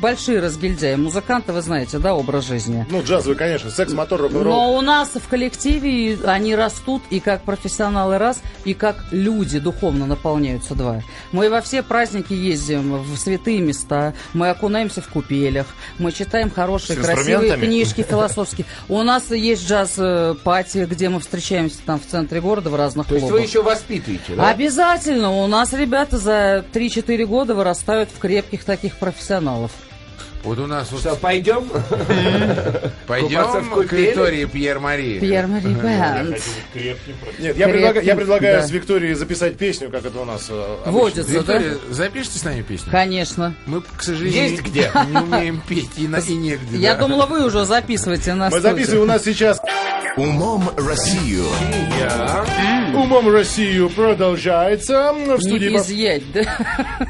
[SPEAKER 4] большие разгильдяи, музыканты, вы знаете, да, образ жизни.
[SPEAKER 1] Ну, джазовый, конечно, секс-мотор, рок-н-ролл.
[SPEAKER 4] Но у нас в коллективе они растут и как профессионалы раз, и как люди духовно наполняются два. Мы во все праздники ездим в святые места, мы окунаемся в купелях, мы читаем хорошие,
[SPEAKER 6] С
[SPEAKER 4] красивые
[SPEAKER 6] инструментами?
[SPEAKER 4] книжки философские. У нас есть джаз-пати, где мы встречаемся там в центре города в разных
[SPEAKER 5] То есть
[SPEAKER 4] клубах.
[SPEAKER 5] вы еще воспитываете, да?
[SPEAKER 4] Обязательно. У нас ребята за 3-4 года вырастают в крепких таких профессионалов.
[SPEAKER 2] Вот у нас вот
[SPEAKER 5] Что, пойдем? купаться в
[SPEAKER 2] пойдем к
[SPEAKER 5] купели?
[SPEAKER 2] Виктории Пьер-Марии.
[SPEAKER 4] Пьер-Мари Бэнд.
[SPEAKER 1] Нет, я, предлагаю- я
[SPEAKER 4] Крепкий,
[SPEAKER 1] предлагаю
[SPEAKER 4] да. Ну,
[SPEAKER 1] с Викторией записать песню, как это у нас э, обычно.
[SPEAKER 4] Водится, да?
[SPEAKER 2] Виктория, запишите с нами песню.
[SPEAKER 4] Конечно.
[SPEAKER 2] Мы, к сожалению,
[SPEAKER 5] Есть где?
[SPEAKER 2] не умеем петь и, на- и негде.
[SPEAKER 4] Я
[SPEAKER 2] да.
[SPEAKER 4] думала, вы уже записываете нас.
[SPEAKER 1] Мы записываем у нас сейчас
[SPEAKER 8] Умом Россию.
[SPEAKER 1] «Умом Россию» продолжается. В студии
[SPEAKER 4] Не
[SPEAKER 1] по-
[SPEAKER 4] изъять, да?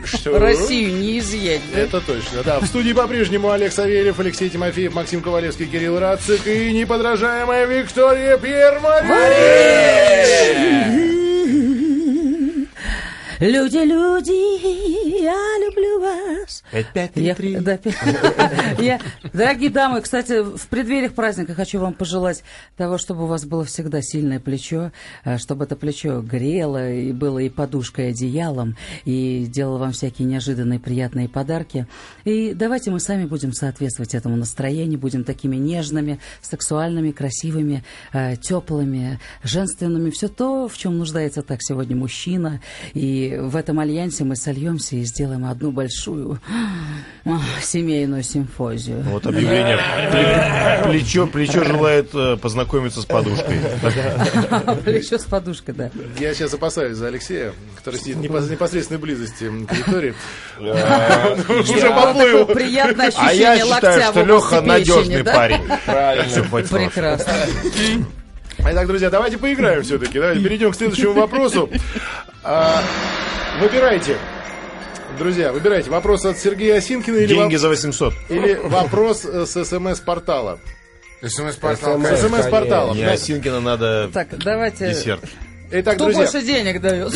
[SPEAKER 1] Что?
[SPEAKER 4] Россию не изъять. да?
[SPEAKER 1] Это точно, да. В студии по-прежнему Олег Савельев, Алексей Тимофеев, Максим Ковалевский, Кирилл Рацик и неподражаемая Виктория Пермари.
[SPEAKER 4] Люди, люди, я люблю вас.
[SPEAKER 3] Пять, пять, три,
[SPEAKER 4] Я,
[SPEAKER 3] три.
[SPEAKER 4] да, пи- я- дорогие дамы, кстати, в преддвериях праздника хочу вам пожелать того, чтобы у вас было всегда сильное плечо, э, чтобы это плечо грело и было и подушкой, и одеялом, и делало вам всякие неожиданные приятные подарки. И давайте мы сами будем соответствовать этому настроению, будем такими нежными, сексуальными, красивыми, э, теплыми, женственными. Все то, в чем нуждается так сегодня мужчина. И в этом альянсе мы сольемся и сделаем одну большую ах, семейную симфозию.
[SPEAKER 6] Вот объявление. Пле- Плечо, плечо желает э, познакомиться с подушкой.
[SPEAKER 4] Еще А, с подушкой, да.
[SPEAKER 1] Я сейчас опасаюсь за Алексея, который сидит в непос- непосредственной близости м, к Виктории. Уже поплыл.
[SPEAKER 4] Такое приятное
[SPEAKER 6] А я
[SPEAKER 4] ощущение
[SPEAKER 6] считаю,
[SPEAKER 4] локтя в
[SPEAKER 6] что
[SPEAKER 4] области
[SPEAKER 6] Леха надежный
[SPEAKER 4] печени, да?
[SPEAKER 6] парень. Все, хватит. слов.
[SPEAKER 4] Прекрасно.
[SPEAKER 1] Итак, друзья, давайте поиграем все-таки. Давайте перейдем к следующему вопросу. А, Выбирайте. Друзья, выбирайте вопрос от Сергея Осинкина или,
[SPEAKER 6] Деньги
[SPEAKER 1] воп-
[SPEAKER 6] за 800.
[SPEAKER 1] или вопрос э, с СМС-портала.
[SPEAKER 2] СМС-портал.
[SPEAKER 1] С СМС-порталом.
[SPEAKER 6] Не, Осинкина надо
[SPEAKER 4] Так, э, давайте.
[SPEAKER 6] десерт.
[SPEAKER 1] Итак,
[SPEAKER 4] Кто
[SPEAKER 1] друзья,
[SPEAKER 4] больше денег дает?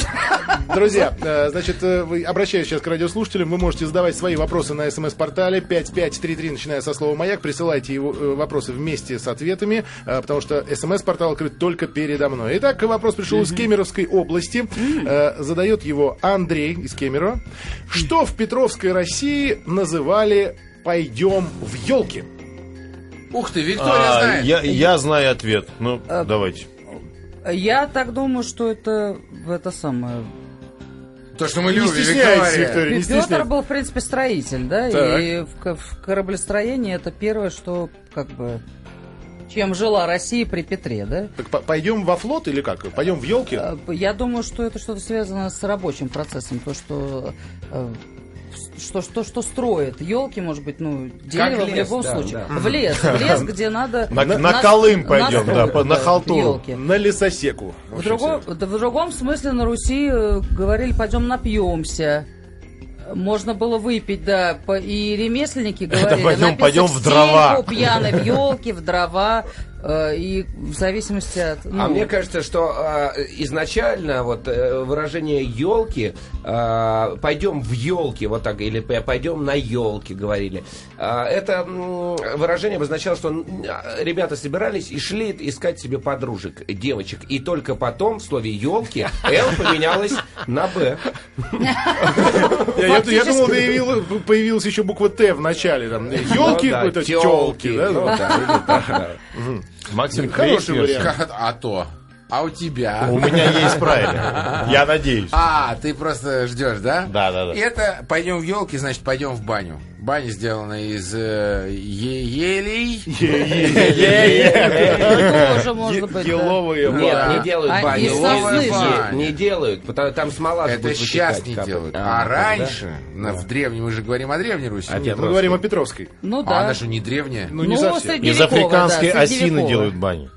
[SPEAKER 1] Друзья, э, значит, э, вы- обращаюсь сейчас к радиослушателям. Вы можете задавать свои вопросы на смс-портале 5533, начиная со слова «Маяк». Присылайте его э, вопросы вместе с ответами, э, потому что смс-портал открыт только передо мной. Итак, вопрос пришел из Кемеровской области. Э, Задает его Андрей из Кемерово. Что в Петровской России называли «пойдем в елки»?
[SPEAKER 2] Ух ты, Виктория
[SPEAKER 6] А,
[SPEAKER 2] знает.
[SPEAKER 6] я, я знаю ответ. Ну,
[SPEAKER 4] А,
[SPEAKER 6] давайте.
[SPEAKER 4] Я так думаю, что это это самое.
[SPEAKER 2] То, что мы
[SPEAKER 1] Не
[SPEAKER 2] любим,
[SPEAKER 1] стесняйтесь,
[SPEAKER 2] Виктория.
[SPEAKER 6] Э,
[SPEAKER 1] Виктория, не
[SPEAKER 4] Петр
[SPEAKER 1] стесняйтесь.
[SPEAKER 4] был, в принципе, строитель, да,
[SPEAKER 1] Так.
[SPEAKER 4] и в, ко- в кораблестроении это первое, что как бы чем жила Россия при Петре, да?
[SPEAKER 1] Так по- пойдем во флот или как? Пойдем в елки?
[SPEAKER 4] Э, Я думаю, что это что-то связано с рабочим процессом, то что э, с- что что что строит елки, может быть, ну дерево в
[SPEAKER 5] лес,
[SPEAKER 4] любом
[SPEAKER 5] да,
[SPEAKER 4] случае,
[SPEAKER 5] да.
[SPEAKER 4] в лес, в лес, где надо
[SPEAKER 6] На- на Колым пойдем, да, по- на халтуру.
[SPEAKER 4] елки.
[SPEAKER 1] На лесосеку.
[SPEAKER 4] Э, В, другом- да в другом смысле на Руси э, говорили, пойдем напьемся. Можно было выпить, да. по- И ремесленники говорили,
[SPEAKER 6] пойдем-
[SPEAKER 4] напился
[SPEAKER 6] пойдем
[SPEAKER 4] в
[SPEAKER 6] в дрова».
[SPEAKER 4] стельку, пьяный в елки, в дрова. э, И в зависимости от...
[SPEAKER 5] А
[SPEAKER 4] ну,
[SPEAKER 5] мне кажется, что э, изначально вот э, выражение елки, пойдем в елки, вот так, или пойдем на елки, говорили. Э, это м, выражение обозначало, что м, ребята собирались и шли искать себе подружек, девочек. И только потом в слове елки Л поменялось на Б.
[SPEAKER 1] Я, я- я думал, появил- появилась еще буква Т в начале. Там, э, елки,
[SPEAKER 5] Ну да,
[SPEAKER 1] какой-то телки.
[SPEAKER 5] ну
[SPEAKER 1] Да?
[SPEAKER 5] да, или так,
[SPEAKER 6] Максим
[SPEAKER 1] Хороший
[SPEAKER 6] Клейш,
[SPEAKER 1] вариант.
[SPEAKER 2] Как- А то. А у тебя?
[SPEAKER 6] У меня есть правильно. Я надеюсь.
[SPEAKER 2] А, ты просто ждешь, да?
[SPEAKER 6] Да, да, да.
[SPEAKER 2] И это пойдем в елки, значит, пойдем в баню. Баня сделана из э, е- елей.
[SPEAKER 6] Э,
[SPEAKER 4] Тоже может быть, да.
[SPEAKER 5] да.
[SPEAKER 1] Еловые.
[SPEAKER 6] Ну,
[SPEAKER 5] Нет,
[SPEAKER 2] Да.
[SPEAKER 5] не делают
[SPEAKER 4] А,
[SPEAKER 5] баню.
[SPEAKER 4] из
[SPEAKER 5] Не-
[SPEAKER 2] сосны же.
[SPEAKER 5] Не делают, потому там смола же
[SPEAKER 2] Это
[SPEAKER 5] будет
[SPEAKER 2] сейчас
[SPEAKER 5] вытекать,
[SPEAKER 2] не
[SPEAKER 5] капать.
[SPEAKER 2] делают.
[SPEAKER 5] А,
[SPEAKER 2] А
[SPEAKER 5] да.
[SPEAKER 2] раньше, на- в древнем, мы же говорим о Древней Руси.
[SPEAKER 1] Нет, мы говорим о Петровской.
[SPEAKER 4] Ну
[SPEAKER 2] А
[SPEAKER 4] да.
[SPEAKER 2] она же не древняя.
[SPEAKER 1] Ну, не совсем.
[SPEAKER 6] Из
[SPEAKER 4] средневековая,
[SPEAKER 6] африканской
[SPEAKER 4] да, Ну,
[SPEAKER 6] осины
[SPEAKER 4] средневековая.
[SPEAKER 6] делают бани.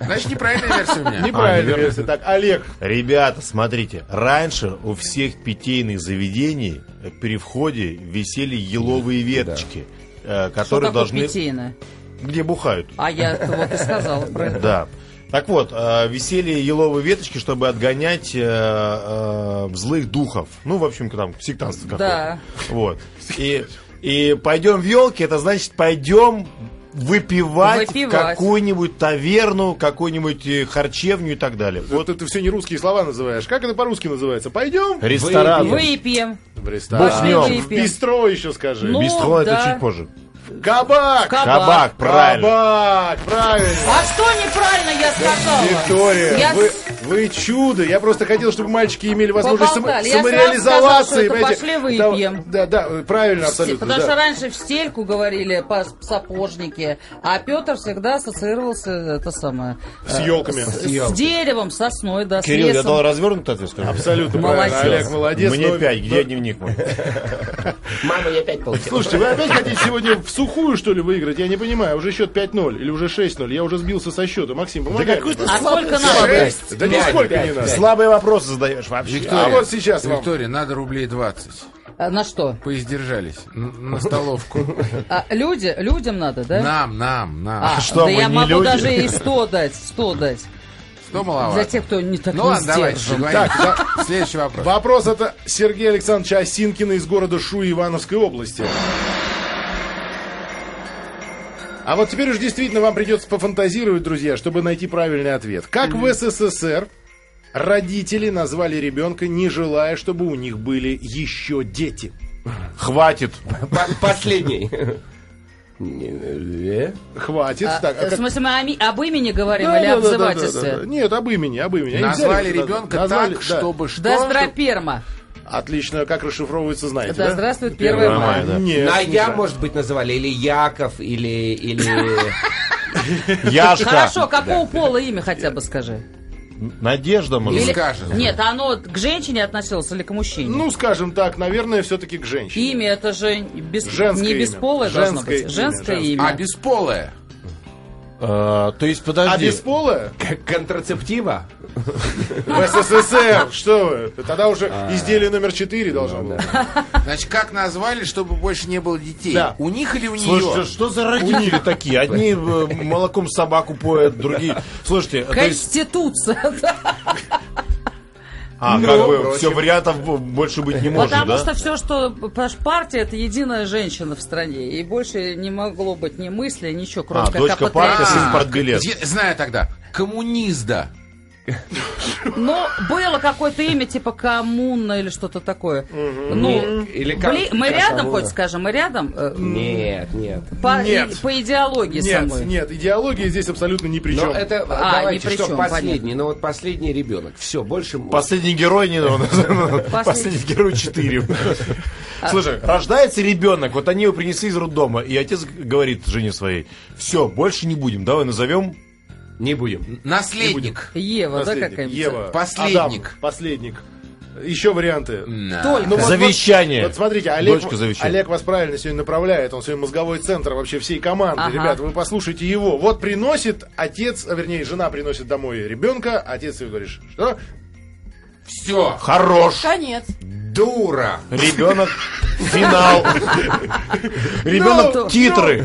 [SPEAKER 2] Значит, неправильная версия у меня.
[SPEAKER 1] Неправильно. версия. так, Олег.
[SPEAKER 6] Ребята, смотрите, раньше у всех питейных заведений э, при входе висели еловые веточки, э,
[SPEAKER 4] Что
[SPEAKER 6] которые
[SPEAKER 4] такое
[SPEAKER 6] должны...
[SPEAKER 4] питейное?
[SPEAKER 6] Где бухают.
[SPEAKER 4] А я это вот и сказала про это.
[SPEAKER 6] Да. Так вот, э, висели еловые веточки, чтобы отгонять э, э, злых духов. Ну, в общем, там, сектантство какое-то.
[SPEAKER 4] Да.
[SPEAKER 6] Вот. И, и пойдем в елки, это значит пойдем выпивать,
[SPEAKER 4] Выпивать.
[SPEAKER 6] какую-нибудь таверну, какую-нибудь э, харчевню и так далее.
[SPEAKER 1] Вот ты все не русские слова называешь. Как это по-русски называется? Пойдем
[SPEAKER 6] Ресторан.
[SPEAKER 4] Выпьем.
[SPEAKER 1] в ресторан.
[SPEAKER 6] Бог с ним.
[SPEAKER 1] В бистро еще скажи.
[SPEAKER 4] Ну,
[SPEAKER 6] Бистро это
[SPEAKER 4] да.
[SPEAKER 6] чуть позже.
[SPEAKER 1] Кабак!
[SPEAKER 4] Кабак.
[SPEAKER 6] Кабак, правильно.
[SPEAKER 1] Кабак, правильно.
[SPEAKER 4] А что неправильно я сказала?
[SPEAKER 1] Виктория,
[SPEAKER 4] Я-
[SPEAKER 1] вы, вы чудо. Я просто хотел, чтобы мальчики имели возможность само-
[SPEAKER 4] Поболтали. Я сразу
[SPEAKER 1] самореализоваться.
[SPEAKER 4] сказала, что это
[SPEAKER 1] понимаете?
[SPEAKER 4] пошли
[SPEAKER 1] Да,
[SPEAKER 4] выпьем.
[SPEAKER 1] Да, да, правильно, абсолютно.
[SPEAKER 4] Потому
[SPEAKER 1] да.
[SPEAKER 4] что раньше в стельку говорили по сапожнике, а Петр всегда ассоциировался это самое э,
[SPEAKER 1] С елками.
[SPEAKER 4] с, с деревом, сосной, да, с
[SPEAKER 6] Кирилл, я
[SPEAKER 4] лесом.
[SPEAKER 6] дал развернутый ответ, скажи.
[SPEAKER 1] Абсолютно
[SPEAKER 4] Молодец.
[SPEAKER 1] правильно. Олег, молодец.
[SPEAKER 6] Мне
[SPEAKER 1] но-
[SPEAKER 6] пять, где дневник мой?
[SPEAKER 5] Мама, я опять получила.
[SPEAKER 1] Слушайте, вы опять хотите сегодня в сухую, что ли, выиграть? Я не понимаю, уже счет 5-0 или уже 6-0. Я уже сбился со счета. Максим, помогай. Да какой ты
[SPEAKER 4] А сколько надо?
[SPEAKER 1] Да нисколько не надо.
[SPEAKER 6] Слабые вопросы задаешь вообще.
[SPEAKER 2] Виктория,
[SPEAKER 1] А вот сейчас вам.
[SPEAKER 2] Виктория, надо рублей 20.
[SPEAKER 4] А, На что?
[SPEAKER 2] Поиздержались. Н- На столовку.
[SPEAKER 4] А, люди, людям надо, да?
[SPEAKER 2] Нам, нам, нам.
[SPEAKER 4] А,
[SPEAKER 6] что,
[SPEAKER 4] да
[SPEAKER 6] мы
[SPEAKER 4] я
[SPEAKER 6] не
[SPEAKER 4] могу
[SPEAKER 6] люди?
[SPEAKER 4] даже и 100 дать, 100 дать.
[SPEAKER 2] Что маловато?
[SPEAKER 4] Для тех, кто не так
[SPEAKER 2] Ну
[SPEAKER 4] не
[SPEAKER 2] ладно, давайте,
[SPEAKER 4] сдержан.
[SPEAKER 2] поговорим.
[SPEAKER 1] Так,
[SPEAKER 2] Следующий вопрос.
[SPEAKER 1] Вопрос это Сергея Александровича Осинкина из города Шуи Ивановской области. А вот теперь уж действительно вам придется пофантазировать, друзья, чтобы найти правильный ответ. Как в СССР родители назвали ребенка, не желая, чтобы у них были еще дети?
[SPEAKER 6] Хватит.
[SPEAKER 5] По- Последний. Не- э,
[SPEAKER 1] Хватит.
[SPEAKER 4] А,
[SPEAKER 1] так, а
[SPEAKER 4] в
[SPEAKER 1] как-
[SPEAKER 4] смысле, мы о ми- об имени говорим
[SPEAKER 1] Да,
[SPEAKER 4] или
[SPEAKER 1] да,
[SPEAKER 4] об
[SPEAKER 1] да, да, да, да.
[SPEAKER 4] обзывательстве?
[SPEAKER 1] Нет, об имени, об имени. Они
[SPEAKER 2] Назвали
[SPEAKER 1] взяли,
[SPEAKER 2] ребенка
[SPEAKER 1] назвали,
[SPEAKER 2] так,
[SPEAKER 1] да.
[SPEAKER 2] чтобы что?
[SPEAKER 4] Да здраперма.
[SPEAKER 1] Отлично, как расшифровывается, знаете,
[SPEAKER 4] Да
[SPEAKER 1] да?
[SPEAKER 4] здравствует первое
[SPEAKER 6] мая.
[SPEAKER 4] мая.
[SPEAKER 6] да.
[SPEAKER 1] Нет, не
[SPEAKER 5] Найя,
[SPEAKER 1] знаю.
[SPEAKER 5] может быть, называли, или Яков, или... или...
[SPEAKER 6] Яшка.
[SPEAKER 4] Хорошо, какого пола имя хотя бы скажи?
[SPEAKER 6] Надежда, может
[SPEAKER 4] Или-
[SPEAKER 6] быть.
[SPEAKER 2] скажет.
[SPEAKER 4] Нет, а оно к женщине относилось или к мужчине?
[SPEAKER 1] Ну, скажем так, наверное, все-таки к женщине.
[SPEAKER 4] Имя это же без,
[SPEAKER 1] Женское
[SPEAKER 4] не
[SPEAKER 1] имя.
[SPEAKER 4] бесполое должно
[SPEAKER 1] Женское
[SPEAKER 4] быть.
[SPEAKER 1] имя,
[SPEAKER 4] Женское
[SPEAKER 1] женское.
[SPEAKER 4] имя.
[SPEAKER 2] А бесполая.
[SPEAKER 6] Э, то есть,
[SPEAKER 1] А
[SPEAKER 6] подожди.
[SPEAKER 1] без пола?
[SPEAKER 5] К- Контрацептива?
[SPEAKER 1] В СССР, что вы? Тогда уже изделие номер 4 должно было.
[SPEAKER 2] Значит, как назвали, чтобы больше не было детей?
[SPEAKER 1] Да.
[SPEAKER 2] У них или у нее?
[SPEAKER 6] Слушайте, что за родители такие? Одни э, молоком собаку поят, другие... Слушайте, то есть...
[SPEAKER 4] Конституция. да.
[SPEAKER 6] А, как бы, все, вариантов бо- больше быть не может,
[SPEAKER 4] Потому
[SPEAKER 6] да?
[SPEAKER 4] что все, что паш- партия, это единая женщина в стране. И больше не могло быть ни мысли, ничего, кроме
[SPEAKER 6] А,
[SPEAKER 4] как
[SPEAKER 6] дочка
[SPEAKER 4] о
[SPEAKER 6] партии
[SPEAKER 4] патриотизме.
[SPEAKER 6] сын партбилет.
[SPEAKER 2] Я знаю тогда. Коммунизда.
[SPEAKER 4] Но было какое-то имя, типа коммуна или что-то такое. Ну,
[SPEAKER 5] Или как?
[SPEAKER 4] бли- мы рядом,
[SPEAKER 5] Коммуна.
[SPEAKER 4] хоть скажем, мы рядом? Э,
[SPEAKER 5] Нет, нет.
[SPEAKER 4] По,
[SPEAKER 1] Нет.
[SPEAKER 4] и- по идеологии
[SPEAKER 1] Нет,
[SPEAKER 4] самой.
[SPEAKER 1] нет, идеология здесь абсолютно ни при
[SPEAKER 5] Но
[SPEAKER 1] чем.
[SPEAKER 5] это,
[SPEAKER 4] А, ни
[SPEAKER 5] давайте,
[SPEAKER 4] при
[SPEAKER 5] что
[SPEAKER 4] чем,
[SPEAKER 5] последний, ну вот последний ребенок. Все, больше...
[SPEAKER 6] Последний герой не Последний герой 4.
[SPEAKER 4] А,
[SPEAKER 6] Слушай, рождается ребенок, вот они его принесли из роддома, и отец говорит жене своей, все, больше не будем, давай Ну, назовем.
[SPEAKER 5] Не будем.
[SPEAKER 2] Наследник.
[SPEAKER 4] Ева, да,
[SPEAKER 1] Наследник.
[SPEAKER 4] какая-нибудь?
[SPEAKER 1] Ева.
[SPEAKER 2] Последник.
[SPEAKER 1] Адам, Последник. Еще варианты.
[SPEAKER 4] Только.
[SPEAKER 1] Ну, вот-
[SPEAKER 6] Завещание.
[SPEAKER 1] Вот, вот смотрите, Олег,
[SPEAKER 6] Дочка завещание.
[SPEAKER 1] Олег вас правильно сегодня направляет. Он сегодня мозговой центр вообще всей команды.
[SPEAKER 4] Ага.
[SPEAKER 1] Ребята, вы послушайте его. Вот приносит отец, а вернее, жена приносит домой ребенка, отец ей говоришь, что?
[SPEAKER 2] Все.
[SPEAKER 6] Хорош.
[SPEAKER 7] Конец.
[SPEAKER 2] Дура.
[SPEAKER 6] Ребенок. Финал. Ребенок. Титры.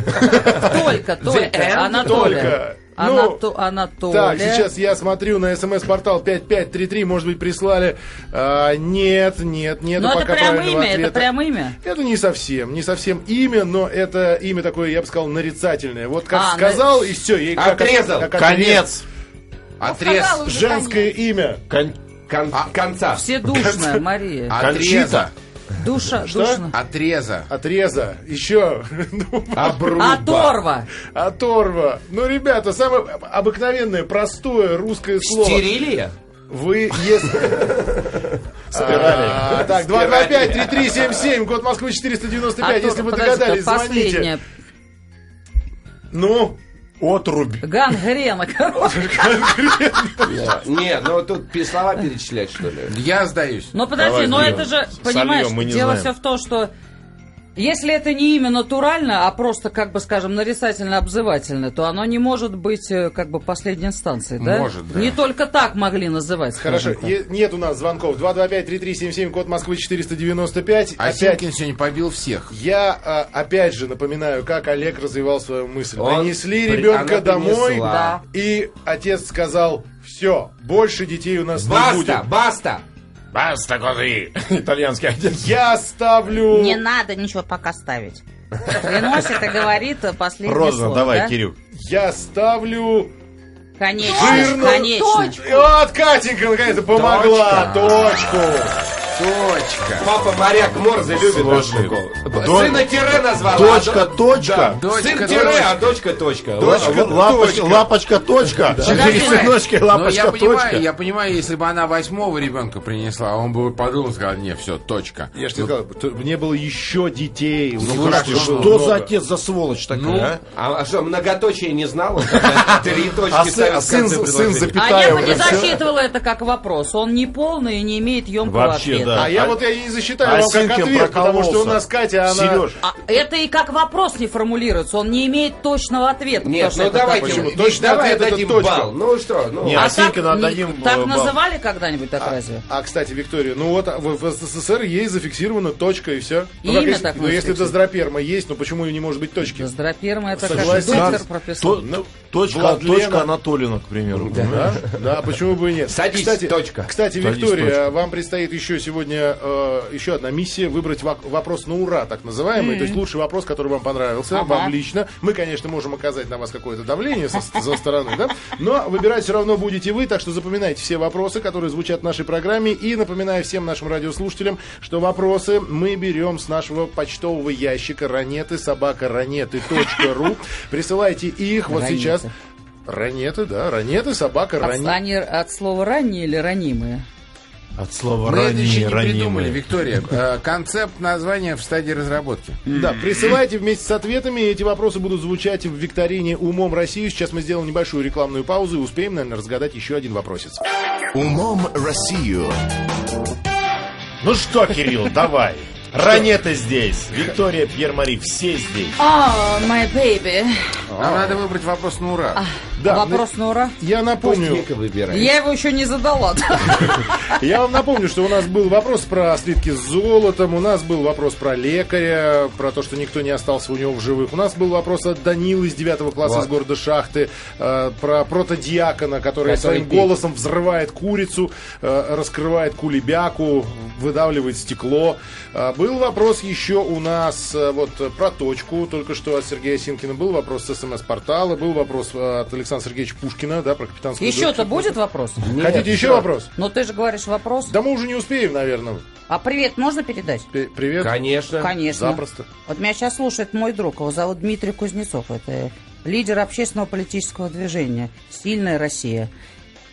[SPEAKER 4] Только, только, Анатолия.
[SPEAKER 1] только. Ну,
[SPEAKER 4] Анато- Анатолия.
[SPEAKER 1] Так, сейчас я смотрю на смс-портал 5533, может быть, прислали. А, нет, нет, нет.
[SPEAKER 4] Но Ну, это
[SPEAKER 1] пока
[SPEAKER 4] прям
[SPEAKER 1] правильного
[SPEAKER 4] имя, это
[SPEAKER 1] ответа.
[SPEAKER 4] прям имя.
[SPEAKER 1] Это не совсем, не совсем имя, но это имя такое, я бы сказал, нарицательное. Вот как
[SPEAKER 4] А, на-
[SPEAKER 1] сказал, и все. И как-
[SPEAKER 5] Отрезал.
[SPEAKER 1] как отрез.
[SPEAKER 6] Конец.
[SPEAKER 2] Отрез.
[SPEAKER 7] Ну,
[SPEAKER 4] Ну,
[SPEAKER 7] Сказала уже
[SPEAKER 1] Женское
[SPEAKER 7] конец.
[SPEAKER 1] имя.
[SPEAKER 6] Кон-
[SPEAKER 5] Кон- а, конца.
[SPEAKER 4] Вседушная,
[SPEAKER 1] А,
[SPEAKER 4] Мария.
[SPEAKER 2] Отреза.
[SPEAKER 4] Душа, душная.
[SPEAKER 2] Отреза.
[SPEAKER 1] Отреза. Еще. Ну,
[SPEAKER 5] Обруба.
[SPEAKER 4] Оторва.
[SPEAKER 1] Оторва. Ну, ребята, самое обыкновенное, простое русское слово.
[SPEAKER 5] Стерилия?
[SPEAKER 1] Вы, если... А, Так, 225-3377, код Москвы 495. Если
[SPEAKER 4] Оторва.
[SPEAKER 1] вы
[SPEAKER 4] Подожди-ка,
[SPEAKER 1] догадались, звоните.
[SPEAKER 4] последняя.
[SPEAKER 1] Ну,
[SPEAKER 6] Отрубь.
[SPEAKER 4] Гангрена, короче.
[SPEAKER 5] Нет, ну тут пи- слова перечислять, что ли?
[SPEAKER 2] Я сдаюсь.
[SPEAKER 7] Ну,
[SPEAKER 4] Но Ну, подожди,
[SPEAKER 6] Давай,
[SPEAKER 4] но
[SPEAKER 6] Юля,
[SPEAKER 4] это же, понимаешь,
[SPEAKER 6] мы не
[SPEAKER 4] дело все
[SPEAKER 6] знаем.
[SPEAKER 4] в том, что если это не имя натурально, а просто, как бы, скажем, нарисательно-обзывательно, то оно не может быть, э, как бы, последней инстанцией, да?
[SPEAKER 2] Может, да.
[SPEAKER 4] Не только так могли называть.
[SPEAKER 1] хорошо.
[SPEAKER 4] скажем так.
[SPEAKER 1] Е- Нет у нас звонков. 225-3377, код Москвы 495.
[SPEAKER 5] А
[SPEAKER 1] Опять
[SPEAKER 2] Осинкин сегодня побил всех.
[SPEAKER 1] Я а, опять же напоминаю, как Олег развивал свою мысль.
[SPEAKER 5] Он
[SPEAKER 1] Принесли
[SPEAKER 5] при-
[SPEAKER 1] ребенка
[SPEAKER 5] она
[SPEAKER 1] домой,
[SPEAKER 5] принесла.
[SPEAKER 4] Да.
[SPEAKER 1] и отец сказал: все, больше детей у нас не
[SPEAKER 5] Баста,
[SPEAKER 1] будет.
[SPEAKER 5] баста.
[SPEAKER 6] Баста, козы. Итальянский отец.
[SPEAKER 1] Я ставлю.
[SPEAKER 9] Не надо ничего пока ставить. Приносит и говорит э, последнее
[SPEAKER 6] Роза,
[SPEAKER 9] слово, да?
[SPEAKER 6] давай, Кирюк.
[SPEAKER 1] Я ставлю.
[SPEAKER 9] Конечно,
[SPEAKER 1] Жирно.
[SPEAKER 9] конечно.
[SPEAKER 7] Точку.
[SPEAKER 1] Вот Катенька наконец-то помогла. Точку.
[SPEAKER 2] Точка.
[SPEAKER 5] Папа моряк Морзе любит наш
[SPEAKER 6] Слушай,
[SPEAKER 5] прикол.
[SPEAKER 6] дочь-
[SPEAKER 5] Сына тире назвала.
[SPEAKER 6] Точка,
[SPEAKER 5] а до-
[SPEAKER 6] точка.
[SPEAKER 5] Сын тире, а дочка точка.
[SPEAKER 6] Точка, лапоч- лапочка, точка. Четыре сыночки,
[SPEAKER 2] Но Ну, я
[SPEAKER 6] лапочка,
[SPEAKER 2] понимаю,
[SPEAKER 6] точка.
[SPEAKER 2] я понимаю, если бы она восьмого ребенка принесла, он бы подумал и сказал, не, все, точка.
[SPEAKER 1] Я же тебе сказал, т- не было еще детей. Ну,
[SPEAKER 2] Слушайте,
[SPEAKER 1] хорошо,
[SPEAKER 6] Что
[SPEAKER 1] много.
[SPEAKER 6] за отец за сволочь такая, а?
[SPEAKER 5] А а что, многоточие не знал? Он тогда Три
[SPEAKER 6] а
[SPEAKER 5] точки ставил в конце предложения.
[SPEAKER 4] А я бы не засчитывала это как вопрос. Он не полный и не имеет емкого
[SPEAKER 6] Вообще,
[SPEAKER 4] ответа.
[SPEAKER 1] А,
[SPEAKER 6] да.
[SPEAKER 1] я
[SPEAKER 6] А-
[SPEAKER 1] вот я и не засчитаю вам как
[SPEAKER 6] Осинкин
[SPEAKER 1] ответ, потому что у нас
[SPEAKER 6] прокололся.
[SPEAKER 1] Катя, она...
[SPEAKER 6] Сереж,
[SPEAKER 4] А это и как вопрос не формулируется. Он не имеет точного ответа. потому
[SPEAKER 5] Нет,
[SPEAKER 4] что
[SPEAKER 5] ну
[SPEAKER 4] это
[SPEAKER 5] давайте,
[SPEAKER 4] такой.
[SPEAKER 1] Почему?
[SPEAKER 5] Миш,
[SPEAKER 1] Точный
[SPEAKER 5] давай
[SPEAKER 1] ответ это
[SPEAKER 5] дадим
[SPEAKER 1] точка.
[SPEAKER 5] балл. Ну что, ну...
[SPEAKER 6] Не,
[SPEAKER 4] А так,
[SPEAKER 6] Осинкина
[SPEAKER 4] не-
[SPEAKER 6] отдадим,
[SPEAKER 4] так
[SPEAKER 6] э, балл.
[SPEAKER 4] называли когда-нибудь так разве?
[SPEAKER 1] А, кстати, Виктория, ну вот в, в СССР есть зафиксирована точка и все.
[SPEAKER 4] Имя
[SPEAKER 1] если,
[SPEAKER 4] так
[SPEAKER 1] ну, если
[SPEAKER 4] зафиксировано.
[SPEAKER 1] доздроперма есть, ну почему ее не может быть точки?
[SPEAKER 4] Доздроперма это
[SPEAKER 1] Согласен.
[SPEAKER 4] как доктор
[SPEAKER 1] Нас-
[SPEAKER 4] прописал.
[SPEAKER 6] то- то- Точка,
[SPEAKER 1] Владлена.
[SPEAKER 6] точка Анатолина, к примеру.
[SPEAKER 1] Да, да, почему бы и нет.
[SPEAKER 5] Садись,
[SPEAKER 1] кстати,
[SPEAKER 5] точка.
[SPEAKER 1] Кстати,
[SPEAKER 6] Садись,
[SPEAKER 1] Виктория,
[SPEAKER 6] точка.
[SPEAKER 1] вам предстоит еще сегодня э, еще одна миссия выбрать вак- вопрос на ура, так называемый. То есть лучший вопрос, который вам понравился, вам лично. Мы, конечно, можем оказать на вас какое-то давление со, со стороны, да? Но выбирать все равно будете вы, так что запоминайте все вопросы, которые звучат в нашей программе. И напоминаю всем нашим радиослушателям, что вопросы мы берем с нашего почтового ящика ранеты собака ранеты.ру. Присылайте их вот
[SPEAKER 4] Ранеты.
[SPEAKER 1] сейчас. Ранеты, да, ранеты, собака, ранеты.
[SPEAKER 4] Отстань от слова ранние или ранимые.
[SPEAKER 6] От слова
[SPEAKER 2] Мы это еще
[SPEAKER 6] ранее,
[SPEAKER 2] не придумали,
[SPEAKER 6] ранимые.
[SPEAKER 2] Виктория. Э, Концепт названия в стадии разработки.
[SPEAKER 1] Да, присылайте вместе с ответами. и Эти вопросы будут звучать в викторине «Умом России». Сейчас мы сделаем небольшую рекламную паузу и успеем, наверное, разгадать еще один вопросец.
[SPEAKER 8] Умом Россию.
[SPEAKER 6] Ну что, Кирилл, давай. Ранета здесь. Виктория, Пьер Мари, все здесь.
[SPEAKER 4] О, my baby. А?
[SPEAKER 2] Нам А надо выбрать вопрос на ура.
[SPEAKER 1] Да,
[SPEAKER 4] Вопрос на ура.
[SPEAKER 1] Я напомню,
[SPEAKER 5] Вика выбирает.
[SPEAKER 4] Я его еще не задала.
[SPEAKER 1] я вам напомню, что у нас был вопрос про слитки с золотом, у нас был вопрос про лекаря, про то, что никто не остался у него в живых. У нас был вопрос от Данилы из 9 класса из города Шахты, э, про протодиакона, который,
[SPEAKER 5] Который
[SPEAKER 1] своим
[SPEAKER 5] пил.
[SPEAKER 1] голосом взрывает курицу, э, раскрывает кулебяку, выдавливает стекло. Э, Был вопрос еще у нас э, вот э, про точку, только что от Сергея Синкина был вопрос с СМС-портала, был вопрос э, от Александра Сергеевича Пушкина, да, про капитанскую
[SPEAKER 4] Еще-то
[SPEAKER 1] дочь.
[SPEAKER 4] будет вопрос?
[SPEAKER 1] Хотите еще вопрос?
[SPEAKER 9] Ну,
[SPEAKER 4] Но ты же говоришь вопрос.
[SPEAKER 1] Да мы уже не успеем, наверное.
[SPEAKER 9] А привет можно передать?
[SPEAKER 1] Пе- Привет.
[SPEAKER 5] Конечно.
[SPEAKER 9] Конечно.
[SPEAKER 1] Запросто.
[SPEAKER 9] Вот меня сейчас слушает мой друг, его зовут Дмитрий Кузнецов, это лидер общественного политического движения «Сильная Россия».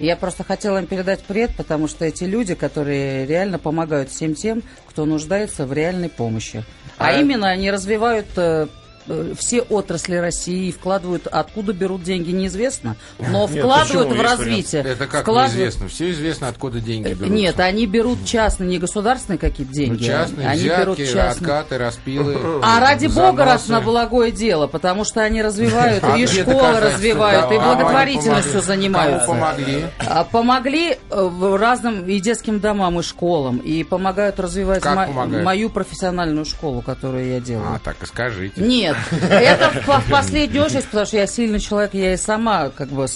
[SPEAKER 9] Я просто хотела им передать привет, потому что эти люди, которые реально помогают всем тем, кто нуждается в реальной помощи. А, именно они развивают э, э, все отрасли России и вкладывают, откуда берут деньги, неизвестно, но вкладывают в
[SPEAKER 6] почему? Есть вариант.
[SPEAKER 9] развитие.
[SPEAKER 2] Это как
[SPEAKER 9] вкладывают-
[SPEAKER 2] неизвестно. Все известно, откуда деньги берутся.
[SPEAKER 4] Э, Нет, они берут частные, не государственные какие-то
[SPEAKER 2] Ну,
[SPEAKER 4] деньги.
[SPEAKER 2] частные
[SPEAKER 4] они берут
[SPEAKER 2] взятки,
[SPEAKER 4] частные.
[SPEAKER 2] откаты, распилы.
[SPEAKER 4] А ради бога, раз
[SPEAKER 2] заносы.
[SPEAKER 4] на благое дело, потому что они развивают,
[SPEAKER 2] А
[SPEAKER 4] и
[SPEAKER 2] где
[SPEAKER 4] школы
[SPEAKER 2] доказательства?
[SPEAKER 4] развивают, и
[SPEAKER 2] Кому они
[SPEAKER 4] благотворительностью
[SPEAKER 2] а помогли? Кому
[SPEAKER 4] занимаются.
[SPEAKER 2] помогли?
[SPEAKER 4] А Помогли э, в разным и детским домам, и школам, и помогают развивать
[SPEAKER 2] Как
[SPEAKER 4] мо-
[SPEAKER 2] помогают?
[SPEAKER 4] мою профессиональную школу, которую я делаю.
[SPEAKER 2] А, так и скажите.
[SPEAKER 4] Нет, это в, по- в последнюю очередь, потому что я сильный человек, я и сама как бы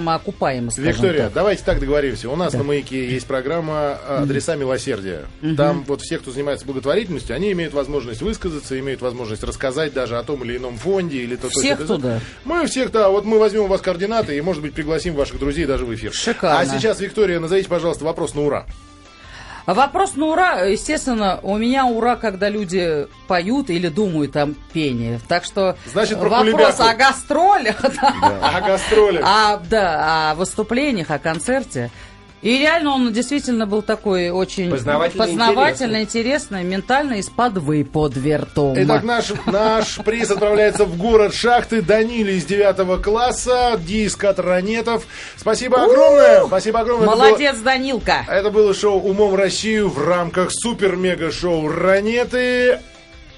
[SPEAKER 4] самоокупаема, скажем
[SPEAKER 1] Виктория,
[SPEAKER 4] так.
[SPEAKER 1] давайте так договоримся. У нас на маяке есть программа э, «Адреса милосердия». Там вот все, кто занимается благотворительностью, они имеют возможность высказаться, имеют возможность рассказать даже о том или ином фонде или то, то,
[SPEAKER 4] Всех
[SPEAKER 1] то, то, то.
[SPEAKER 4] туда?
[SPEAKER 1] Мы всех, да. Вот мы возьмем у вас координаты и, может быть, пригласим ваших друзей даже в эфир.
[SPEAKER 4] Шикарно.
[SPEAKER 1] А сейчас, Виктория, назовите, пожалуйста, вопрос на ура.
[SPEAKER 4] А Вопрос на ура, естественно, у меня ура, когда люди поют или думают о пении. Так что
[SPEAKER 1] Значит, про
[SPEAKER 4] вопрос
[SPEAKER 1] кулебяку.
[SPEAKER 4] о гастролях, да,
[SPEAKER 1] О гастролях.
[SPEAKER 4] о, да, о выступлениях, о концерте. И реально он действительно был такой очень
[SPEAKER 5] Познавательно
[SPEAKER 4] познавательно, интересный, ментально из-под под вертума.
[SPEAKER 1] Итак, ну, наш, наш приз отправляется в город Шахты. Даниле из 9 класса, диск от Ранетов. Спасибо огромное. Спасибо огромное. Это было-
[SPEAKER 4] Молодец, Данилка!
[SPEAKER 1] Это было шоу «Умом Россию» в рамках супер-мега-шоу «Ранеты».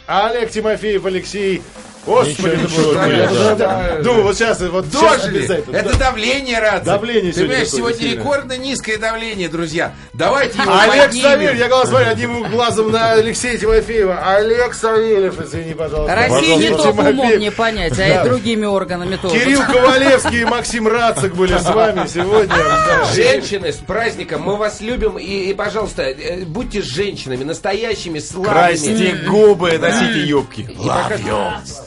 [SPEAKER 1] Олег Тимофеев, Алексей. Господи,
[SPEAKER 6] Ничего,
[SPEAKER 1] ну
[SPEAKER 6] ничего,
[SPEAKER 1] что ж,
[SPEAKER 6] ребята.
[SPEAKER 1] я жда- Думаю, вот сейчас, вот сейчас
[SPEAKER 2] Дожили!
[SPEAKER 1] обязательно.
[SPEAKER 2] Это давление, Рацик.
[SPEAKER 1] Давление
[SPEAKER 2] Ты
[SPEAKER 1] сегодня
[SPEAKER 2] понимаешь,
[SPEAKER 1] какое-то
[SPEAKER 2] сегодня
[SPEAKER 1] сильное.
[SPEAKER 2] рекордно низкое давление, друзья. Давайте
[SPEAKER 4] Э,
[SPEAKER 2] его
[SPEAKER 1] Олег
[SPEAKER 2] поднимем.
[SPEAKER 1] Савельев, я глаз смотрю одним глазом на Алексея Тимофеева. Олег Савельев, извини, пожалуйста.
[SPEAKER 4] Россию не
[SPEAKER 1] Пожалуйста,
[SPEAKER 4] только умом
[SPEAKER 1] Тимофеев.
[SPEAKER 4] не понять, а и
[SPEAKER 1] Э, Да.
[SPEAKER 4] другими органами тоже.
[SPEAKER 1] Кирилл Ковалевский и Максим Рацик были с вами сегодня. Да.
[SPEAKER 5] Женщины, с праздником, мы вас любим и, и, пожалуйста, э, будьте женщинами, настоящими, славными.
[SPEAKER 6] Красьте губы, носите юбки.
[SPEAKER 5] И пока-